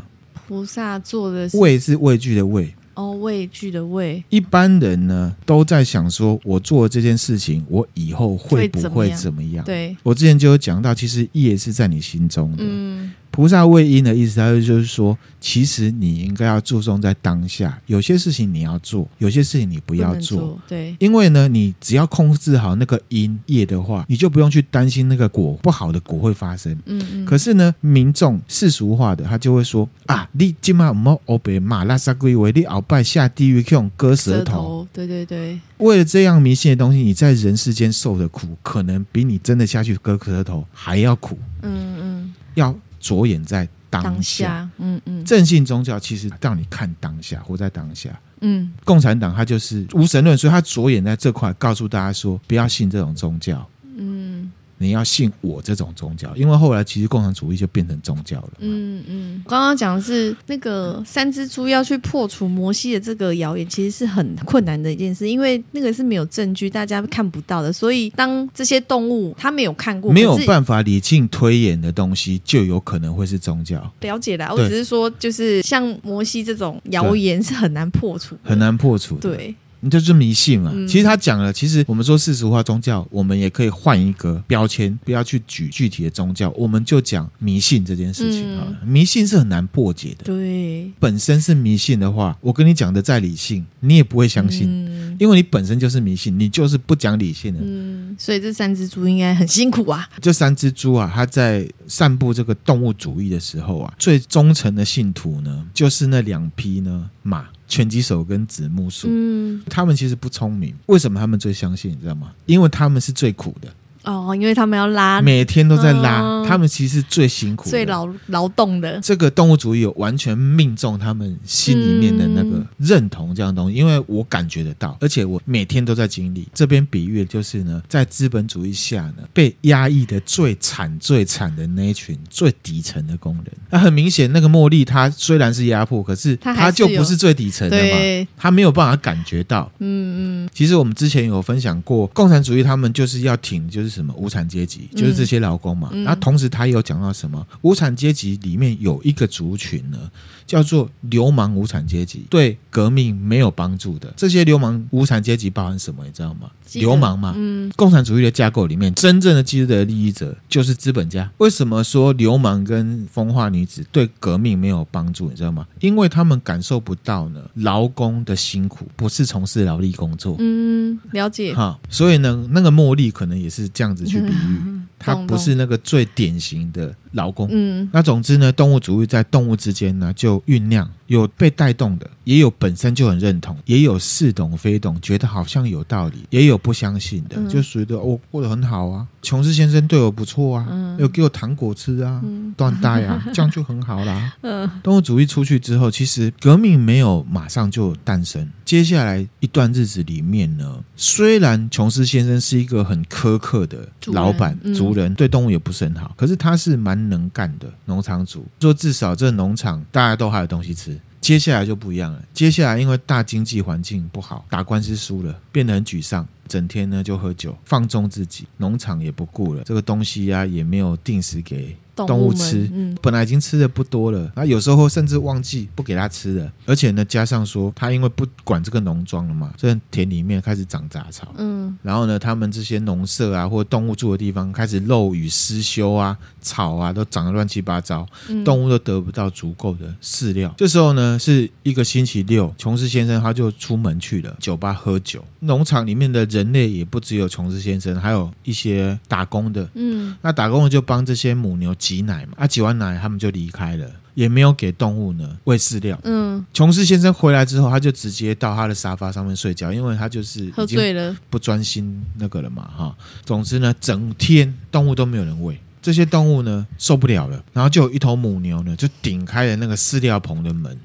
Speaker 2: 菩萨做的是
Speaker 1: 畏是畏惧的畏。
Speaker 2: 哦畏惧的畏。
Speaker 1: 一般人呢都在想说，我做这件事情，我以后会不会
Speaker 2: 会怎
Speaker 1: 怎么样？
Speaker 2: 对，
Speaker 1: 我之前就有讲到，其实业是在你心中的。
Speaker 2: 嗯
Speaker 1: 菩萨畏因的意思，它就是说，其实你应该要注重在当下，有些事情你要做，有些事情你不
Speaker 2: 不
Speaker 1: 要
Speaker 2: 能
Speaker 1: 做。
Speaker 2: 做。对，
Speaker 1: 因为呢，你只要控制好那个因业的话，你就不用去担心那个果不好的果会发生。
Speaker 2: 嗯嗯。
Speaker 1: 可是呢，民众世俗化的，他就会说啊，你今晚唔好欧北马拉萨归为你鳌拜下地狱去用割舌
Speaker 2: 舌
Speaker 1: 头。
Speaker 2: 头，对对对，
Speaker 1: 为了这样迷信的东西，你在人世间受的苦，可能比你真的下去割舌头还要苦。
Speaker 2: 嗯嗯，
Speaker 1: 要着眼在
Speaker 2: 当
Speaker 1: 下
Speaker 2: 下，嗯嗯
Speaker 1: 正信宗教其实让你看当下，活在当下。
Speaker 2: 嗯
Speaker 1: 共产党他就是无神论，所以他着眼在这块，告诉大家说不要信这种宗教，
Speaker 2: 嗯
Speaker 1: 你要信我这种宗教。因为后来其实共产主义就变成宗教了。
Speaker 2: 嗯嗯。刚刚讲的是那个三只猪要去破除摩西的这个谣言，其实是很困难的一件事，因为那个是没有证据，大家看不到的，所以当这些动物它没有看过，
Speaker 1: 没有
Speaker 2: 可是
Speaker 1: 办法理性推演的东西，就有可能会是宗教，
Speaker 2: 了解啦，我
Speaker 1: 对
Speaker 2: 只是说，就是像摩西这种谣言是很难破除的，
Speaker 1: 很难破除。，
Speaker 2: 对，
Speaker 1: 你就是迷信嘛。
Speaker 2: 嗯
Speaker 1: 其实他讲了，其实我们说世俗化宗教，我们也可以换一个标签，不要去举具体的宗教，我们就讲迷信这件事情
Speaker 2: 嗯
Speaker 1: 好了。迷信是很难破解的。
Speaker 2: 对，
Speaker 1: 本身是迷信的话，我跟你讲的再理性，你也不会相信，
Speaker 2: 嗯
Speaker 1: 因为你本身就是迷信，你就是不讲理性的。
Speaker 2: 嗯，所以这三只猪应该很辛苦啊，
Speaker 1: 这三只猪啊，它在散布这个动物主义的时候啊，最忠诚的信徒呢，就是那两匹呢马，拳击手跟子木树。
Speaker 2: 嗯
Speaker 1: 他们其实不聪明，为什么他们最相信？你知道吗？因为他们是最苦的。
Speaker 2: 哦，因为他们要拉
Speaker 1: 每天都在拉，
Speaker 2: 嗯
Speaker 1: 他们其实最辛苦的
Speaker 2: 最劳劳动的，
Speaker 1: 这个动物主义有完全命中他们心里面的那个
Speaker 2: 嗯
Speaker 1: 认同这样的东西，因为我感觉得到，而且我每天都在经历。这边比喻就是呢，在资本主义下呢，被压抑的最惨、最惨的那一群最底层的工人。那很明显，那个茉莉她虽然是压迫，可是
Speaker 2: 她还
Speaker 1: 她
Speaker 2: 是
Speaker 1: 就不
Speaker 2: 有
Speaker 1: 是最底层的嘛，
Speaker 2: 对，
Speaker 1: 她没有办法感觉到。
Speaker 2: 嗯嗯，
Speaker 1: 其实我们之前有分享过，共产主义他们就是要挺就是什么无产阶级，
Speaker 2: 嗯
Speaker 1: 就是这些劳工嘛。
Speaker 2: 嗯
Speaker 1: 然后同时他也有讲到什么无产阶级里面有一个族群呢，叫做流氓无产阶级，对革命没有帮助的。这些流氓无产阶级包含什么，你知道吗？
Speaker 2: 基本
Speaker 1: 流氓嘛，
Speaker 2: 嗯
Speaker 1: 共产主义的架构里面，真正的既得利益者就是资本家。为什么说流氓跟风化女子对革命没有帮助？你知道吗？因为他们感受不到呢劳工的辛苦，不是从事劳力工作。
Speaker 2: 嗯，了解，
Speaker 1: 哈，所以呢，那个茉莉可能也是这样子去比喻， <laughs> 它
Speaker 2: 懂
Speaker 1: 不是那个最典型的劳工。
Speaker 2: 嗯
Speaker 1: 那总之呢，动物主义在动物之间呢就酝酿，有被带动的，也有本身就很认同，也有似懂非懂，觉得好像有道理，也有不相信的，
Speaker 2: 嗯
Speaker 1: 就觉得我、过得很好啊，琼斯先生对我不错啊，
Speaker 2: 嗯
Speaker 1: 有给我糖果吃啊，
Speaker 2: 嗯
Speaker 1: 断带啊，这样就很好啦。
Speaker 2: 嗯
Speaker 1: 动物主义出去之后，其实革命没有马上就诞生。接下来一段日子里面呢，虽然琼斯先生是一个很苛刻的老板
Speaker 2: 主人嗯
Speaker 1: 族人，对动物也不是很好，可是他是蛮能干的农场主，说至少这农场大家都还有东西吃。接下来就不一样了，接下来因为大经济环境不好，打官司输了，变得很沮丧，整天呢就喝酒，放纵自己，农场也不顾了，这个东西呀、也没有定时给
Speaker 2: 动
Speaker 1: 动物
Speaker 2: 物们
Speaker 1: 吃
Speaker 2: 嗯
Speaker 1: 本来已经吃的不多了，那有时候甚至忘记不给它吃了，而且呢，加上说他因为不管这个农庄了嘛，这田里面开始长杂草，
Speaker 2: 嗯
Speaker 1: 然后呢，他们这些农舍啊或动物住的地方开始漏雨失修啊，草啊都长得乱七八糟，
Speaker 2: 嗯，
Speaker 1: 动物都得不到足够的饲料。这时候呢，是一个星期六，琼斯先生他就出门去了酒吧喝酒。农场里面的人类也不只有琼斯先生，还有一些打工的，
Speaker 2: 嗯
Speaker 1: 那打工的就帮这些母牛挤奶嘛，啊，挤完奶他们就离开了，也没有给动物呢喂饲料。
Speaker 2: 嗯，
Speaker 1: 琼斯先生回来之后，他就直接到他的沙发上面睡觉，因为他就是
Speaker 2: 喝
Speaker 1: 已经
Speaker 2: 醉了，
Speaker 1: 不专心那个了嘛，哈。总之呢，整天动物都没有人喂，这些动物呢受不了了，然后就有一头母牛呢就顶开了那个饲料棚的门，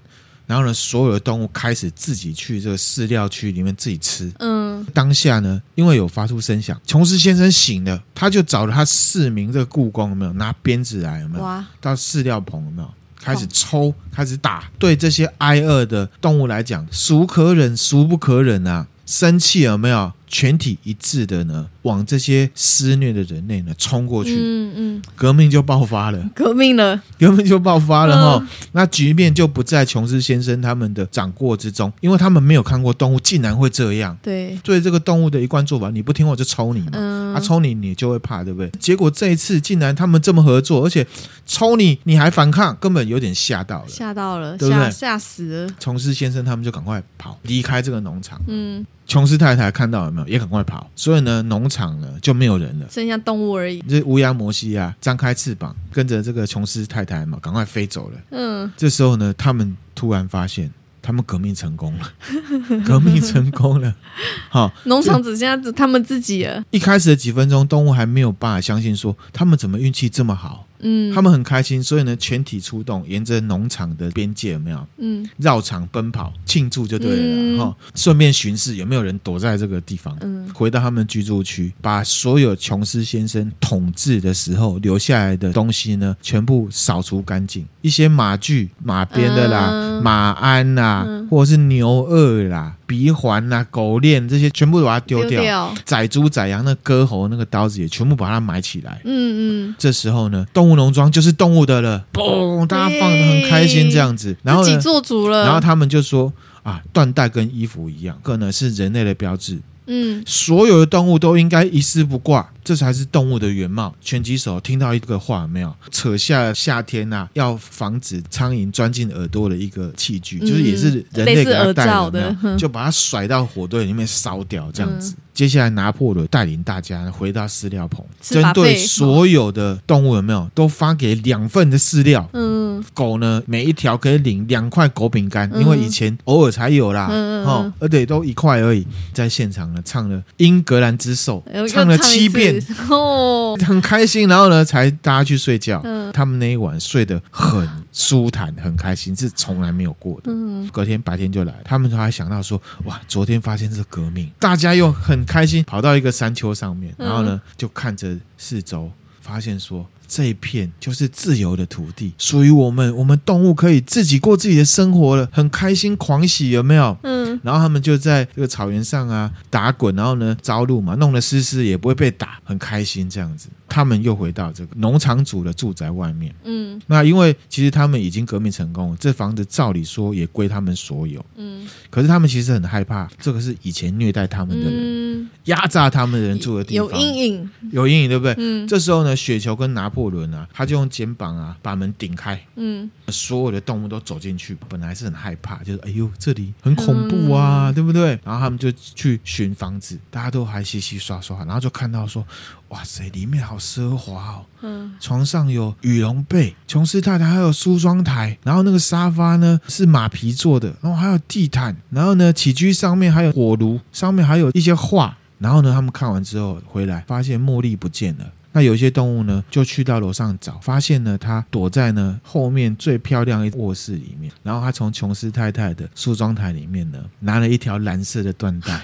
Speaker 1: 然后呢，所有的动物开始自己去这个饲料区里面自己吃，
Speaker 2: 嗯
Speaker 1: 当下呢，因为有发出声响，琼斯先生醒了，他就找了他市民这个故宫有没有拿鞭子来有没有？
Speaker 2: 哇，哦
Speaker 1: 到饲料棚有没有？开始抽，开始打，对这些挨饿的动物来讲，孰可忍，孰不可忍啊！生气有没有？全体一致的呢，往这些施虐的人类呢冲过去，
Speaker 2: 嗯嗯，
Speaker 1: 革命就爆发
Speaker 2: <laughs>
Speaker 1: 了。
Speaker 2: 革命了，
Speaker 1: 根本就爆发了哈、
Speaker 2: 嗯
Speaker 1: 那局面就不在琼斯先生他们的掌握之中，因为他们没有看过动物竟然会这样。
Speaker 2: 对，
Speaker 1: 对这个动物的一贯做法，你不听我就抽你嘛，
Speaker 2: 嗯
Speaker 1: 啊抽你你就会怕，对不对？结果这一次竟然他们这么合作，而且抽你你还反抗，根本有点吓到了。
Speaker 2: 吓到了，
Speaker 1: 对不对
Speaker 2: 吓吓死了，
Speaker 1: 琼斯先生他们就赶快跑离开这个农场，
Speaker 2: 嗯，
Speaker 1: 琼斯太太看到有没有也赶快跑，所以呢农场呢就没有人了。
Speaker 2: 剩下动物而已，
Speaker 1: 这乌鸦摩西啊，张开翅膀跟着这个琼斯太太嘛，赶快飞走了。
Speaker 2: 嗯
Speaker 1: 这时候呢，他们突然发现，他们革命成功
Speaker 2: <laughs>
Speaker 1: 了，革命成功了。好、，
Speaker 2: 农场只剩下只他们自己了，
Speaker 1: 一开始的几分钟，动物还没有办法相信说他们怎么运气这么好，
Speaker 2: 嗯，
Speaker 1: 他们很开心，所以呢，全体出动，沿着农场的边界有没有
Speaker 2: 嗯
Speaker 1: 绕场奔跑庆祝就对了
Speaker 2: 嗯
Speaker 1: 啦哈、顺便巡视有没有人躲在这个地方。
Speaker 2: 嗯
Speaker 1: 回到他们居住区，把所有琼斯先生统治的时候留下来的东西呢，全部扫除干净。一些马具、马鞭的啦、
Speaker 2: 嗯
Speaker 1: 马鞍啦，
Speaker 2: 嗯
Speaker 1: 或者是牛轭啦、鼻环啦、狗链这些，全部把它丢掉。
Speaker 2: 掉，
Speaker 1: 宰猪、宰羊、那割喉、那个刀子也全部把它埋起来。
Speaker 2: 嗯嗯，
Speaker 1: 这时候呢，动物农庄就是动物的了，嘣，大家放的很开心这样子。然后
Speaker 2: 自
Speaker 1: 呢
Speaker 2: 己，做主了，
Speaker 1: 然后他们就说啊，缎带跟衣服一样，可能是人类的标志。
Speaker 2: 嗯
Speaker 1: 所有的动物都应该一丝不挂，这才是动物的原貌。拳击手听到一个话有没有？扯下夏天呐、要防止苍蝇钻进耳朵的一个器具，
Speaker 2: 嗯
Speaker 1: 就是也是人类给它带
Speaker 2: 类似耳
Speaker 1: 的
Speaker 2: 罩
Speaker 1: 有没
Speaker 2: 的
Speaker 1: 有，
Speaker 2: 嗯
Speaker 1: 就把它甩到火堆里面烧掉这样子。接下来，拿破仑带领大家回到饲料棚，
Speaker 2: 吃
Speaker 1: 针对
Speaker 2: buffet
Speaker 1: 所有的动物有没有都发给两份的饲料。
Speaker 2: 嗯
Speaker 1: 狗呢，每一条可以领两块狗饼干，
Speaker 2: 嗯
Speaker 1: 因为以前偶尔才有啦，
Speaker 2: 嗯嗯嗯
Speaker 1: 哦，而且都一块而已。在现场呢，唱了《英格兰之首
Speaker 2: 哎我》，又
Speaker 1: 了七
Speaker 2: 唱
Speaker 1: 电， <laughs>
Speaker 2: 哦，
Speaker 1: 很开心，然后呢，才大家去睡觉。
Speaker 2: 嗯
Speaker 1: 他们那一晚睡得很舒坦，很开心，是从来没有过的。
Speaker 2: 嗯，
Speaker 1: 隔天白天就来，他们还想到说，哇，昨天发生这革命，大家又很开心，跑到一个山丘上面，
Speaker 2: 嗯
Speaker 1: 然后呢，就看着四周，发现说。这一片就是自由的土地，属于我们，我们动物可以自己过自己的生活了，很开心狂喜，有没有？
Speaker 2: 嗯，
Speaker 1: 然后他们就在这个草原上啊打滚，然后呢招鹿嘛，弄得湿湿也不会被打，很开心这样子。他们又回到这个农场主的住宅外面。
Speaker 2: 嗯，
Speaker 1: 那因为其实他们已经革命成功了，这房子照理说也归他们所有。
Speaker 2: 嗯，
Speaker 1: 可是他们其实很害怕，这个是以前虐待他们的人、
Speaker 2: 嗯，
Speaker 1: 压榨他们的人住的地方，
Speaker 2: 有阴影，
Speaker 1: 有阴影，对不对？
Speaker 2: 嗯，
Speaker 1: 这时候呢，雪球跟拿破仑啊，他就用肩膀啊把门顶开，
Speaker 2: 嗯，
Speaker 1: 所有的动物都走进去，本来是很害怕，就是哎呦这里很恐怖
Speaker 2: 嗯
Speaker 1: 啊，对不对？然后他们就去寻房子，大家都还洗洗刷刷，然后就看到说，哇塞，里面好奢华哦，
Speaker 2: 嗯，
Speaker 1: 床上有羽绒被，琼斯太太还有梳妆台，然后那个沙发呢是马皮做的，然后还有地毯，然后呢起居上面还有火炉，上面还有一些画。然后呢，他们看完之后回来，发现茉莉不见了。那有一些动物呢，就去到楼上找，发现呢，它躲在呢后面最漂亮的卧室里面。然后它从琼斯太太的梳妆台里面呢，拿了一条蓝色的缎带，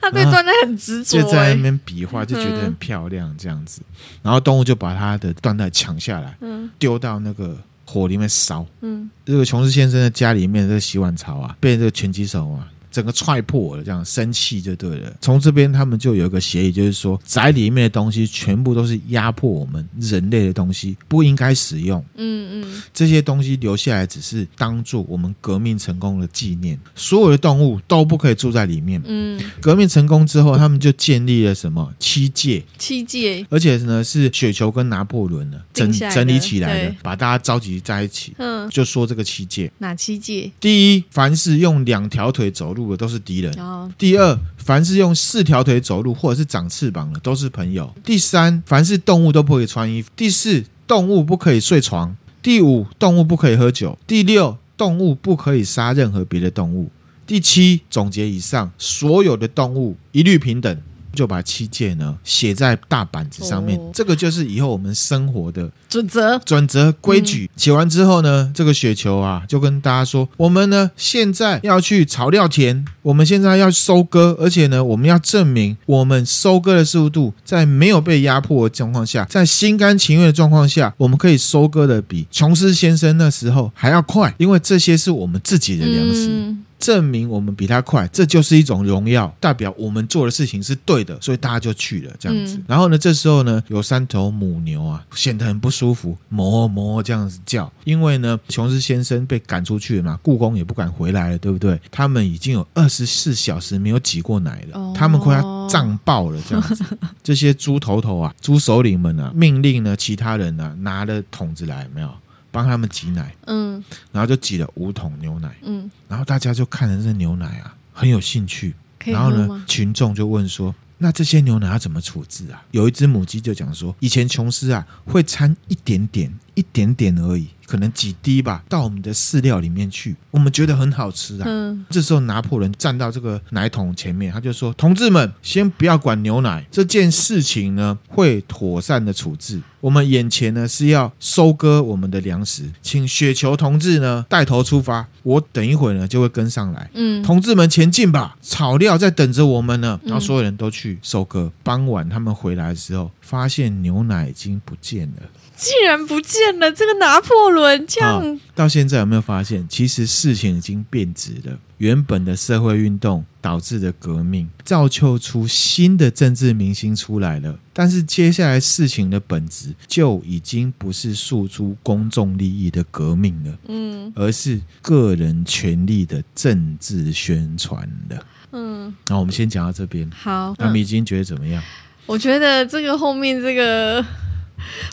Speaker 2: 他对断代很执着
Speaker 1: 啊就，在那
Speaker 2: 哎
Speaker 1: 边比划，就觉得很漂亮这样子。然后动物就把它的缎带抢下来，
Speaker 2: 嗯，
Speaker 1: 丢到那个火里面烧。
Speaker 2: 嗯，
Speaker 1: 这个琼斯先生的家里面的这个洗碗槽啊，被这个拳击手啊。整个踹破了，这样生气就对了。从这边他们就有一个协议，就是说宅里面的东西全部都是压迫我们人类的东西，不应该使用。
Speaker 2: 嗯，嗯，
Speaker 1: 这些东西留下来只是当做我们革命成功的纪念，所有的动物都不可以住在里面。
Speaker 2: 嗯，
Speaker 1: 革命成功之后，他们就建立了什么七界，
Speaker 2: 七界，
Speaker 1: 而且呢是雪球跟拿破仑呢整
Speaker 2: 定下来的
Speaker 1: 整理起来的
Speaker 2: 对，
Speaker 1: 把大家召集在一起，
Speaker 2: 嗯，
Speaker 1: 就说这个七界。
Speaker 2: 哪七界？
Speaker 1: 第一，凡是用两条腿走路的都是敌人；
Speaker 2: 然后，
Speaker 1: 第二，凡是用四条腿走路或者是长翅膀的都是朋友；第三，凡是动物都不可以穿衣服；第四，动物不可以睡床；第五，动物不可以喝酒；第六，动物不可以杀任何别的动物；第七，总结以上所有的动物一律平等。就把七戒呢写在大板子上面，
Speaker 2: 哦
Speaker 1: 这个就是以后我们生活的
Speaker 2: 准则，
Speaker 1: 准则规矩写完之后呢，这个雪球啊就跟大家说，我们呢现在要去草料田，我们现在要收割，而且呢我们要证明我们收割的速度在没有被压迫的状况下，在心甘情愿的状况下，我们可以收割的比琼斯先生那时候还要快，因为这些是我们自己的粮食。
Speaker 2: 嗯，
Speaker 1: 证明我们比他快，这就是一种荣耀，代表我们做的事情是对的，所以大家就去了这样子。
Speaker 2: 嗯
Speaker 1: 然后呢，这时候呢，有三头母牛啊，显得很不舒服，哞哞这样子叫，因为呢，琼斯先生被赶出去了嘛，故宫也不敢回来了，对不对？他们已经有二十四小时没有挤过奶了，
Speaker 2: 哦
Speaker 1: 他们快要胀爆了这样子。这些猪头头啊，猪首领们啊，命令呢其他人啊，拿了桶子来，有没有帮他们挤奶，
Speaker 2: 嗯，
Speaker 1: 然后就挤了五桶牛奶。
Speaker 2: 嗯，
Speaker 1: 然后大家就看着这牛奶啊，很有兴趣。
Speaker 2: 可以
Speaker 1: 然后
Speaker 2: 喝
Speaker 1: 呢
Speaker 2: 吗，？
Speaker 1: 群众就问说：“那这些牛奶要怎么处置啊？”有一只母鸡就讲说：“以前琼斯啊会掺一点点、一点点而已，可能几滴吧，到我们的饲料里面去，我们觉得很好吃啊。
Speaker 2: 嗯，
Speaker 1: 这时候，拿破仑站到这个奶桶前面，他就说：“同志们，先不要管牛奶这件事情呢，会妥善的处置。我们眼前呢是要收割我们的粮食，请雪球同志呢带头出发，我等一会儿呢就会跟上来。”
Speaker 2: 嗯，
Speaker 1: 同志们前进吧，草料在等着我们呢。
Speaker 2: 嗯
Speaker 1: 然后所有人都去收割。傍晚他们回来的时候，发现牛奶已经不见了。
Speaker 2: 竟然不见了，这个拿破仑这样，
Speaker 1: 啊到现在有没有发现，其实事情已经变质了？原本的社会运动导致的革命，造就出新的政治明星出来了。但是接下来事情的本质就已经不是诉诸公众利益的革命了，
Speaker 2: 嗯
Speaker 1: 而是个人权利的政治宣传了。
Speaker 2: 嗯，
Speaker 1: 那我们先讲到这边，
Speaker 2: 好，
Speaker 1: 那米金觉得怎么样？
Speaker 2: 我觉得这个后面这个，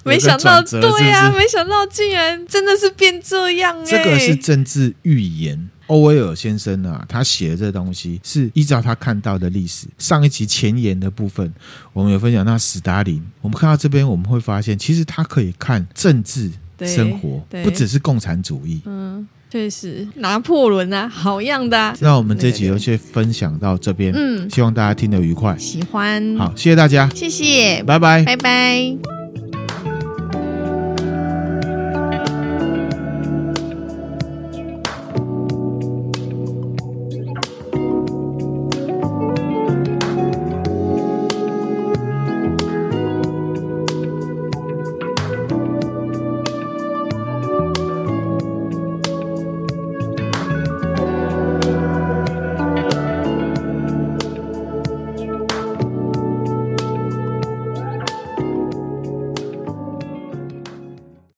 Speaker 2: 没
Speaker 1: 有个
Speaker 2: 想到，
Speaker 1: 转折
Speaker 2: 对啊呀、
Speaker 1: 是不
Speaker 2: 没想到竟然真的是变这样哎、
Speaker 1: 这个是政治预言。欧威尔先生啊，他写的这东西是依照他看到的历史。上一集前言的部分，我们有分享到史达林。我们看到这边，我们会发现，其实他可以看政治
Speaker 2: 对
Speaker 1: 生活，
Speaker 2: 对
Speaker 1: 不只是共产主义。
Speaker 2: 嗯确实，拿破仑啊，好样的、啊，
Speaker 1: 那我们这集就先分享到这边，
Speaker 2: 嗯，
Speaker 1: 希望大家听得愉快。
Speaker 2: 喜欢，
Speaker 1: 好，谢谢大家，
Speaker 2: 谢谢，
Speaker 1: 拜拜。
Speaker 2: 拜拜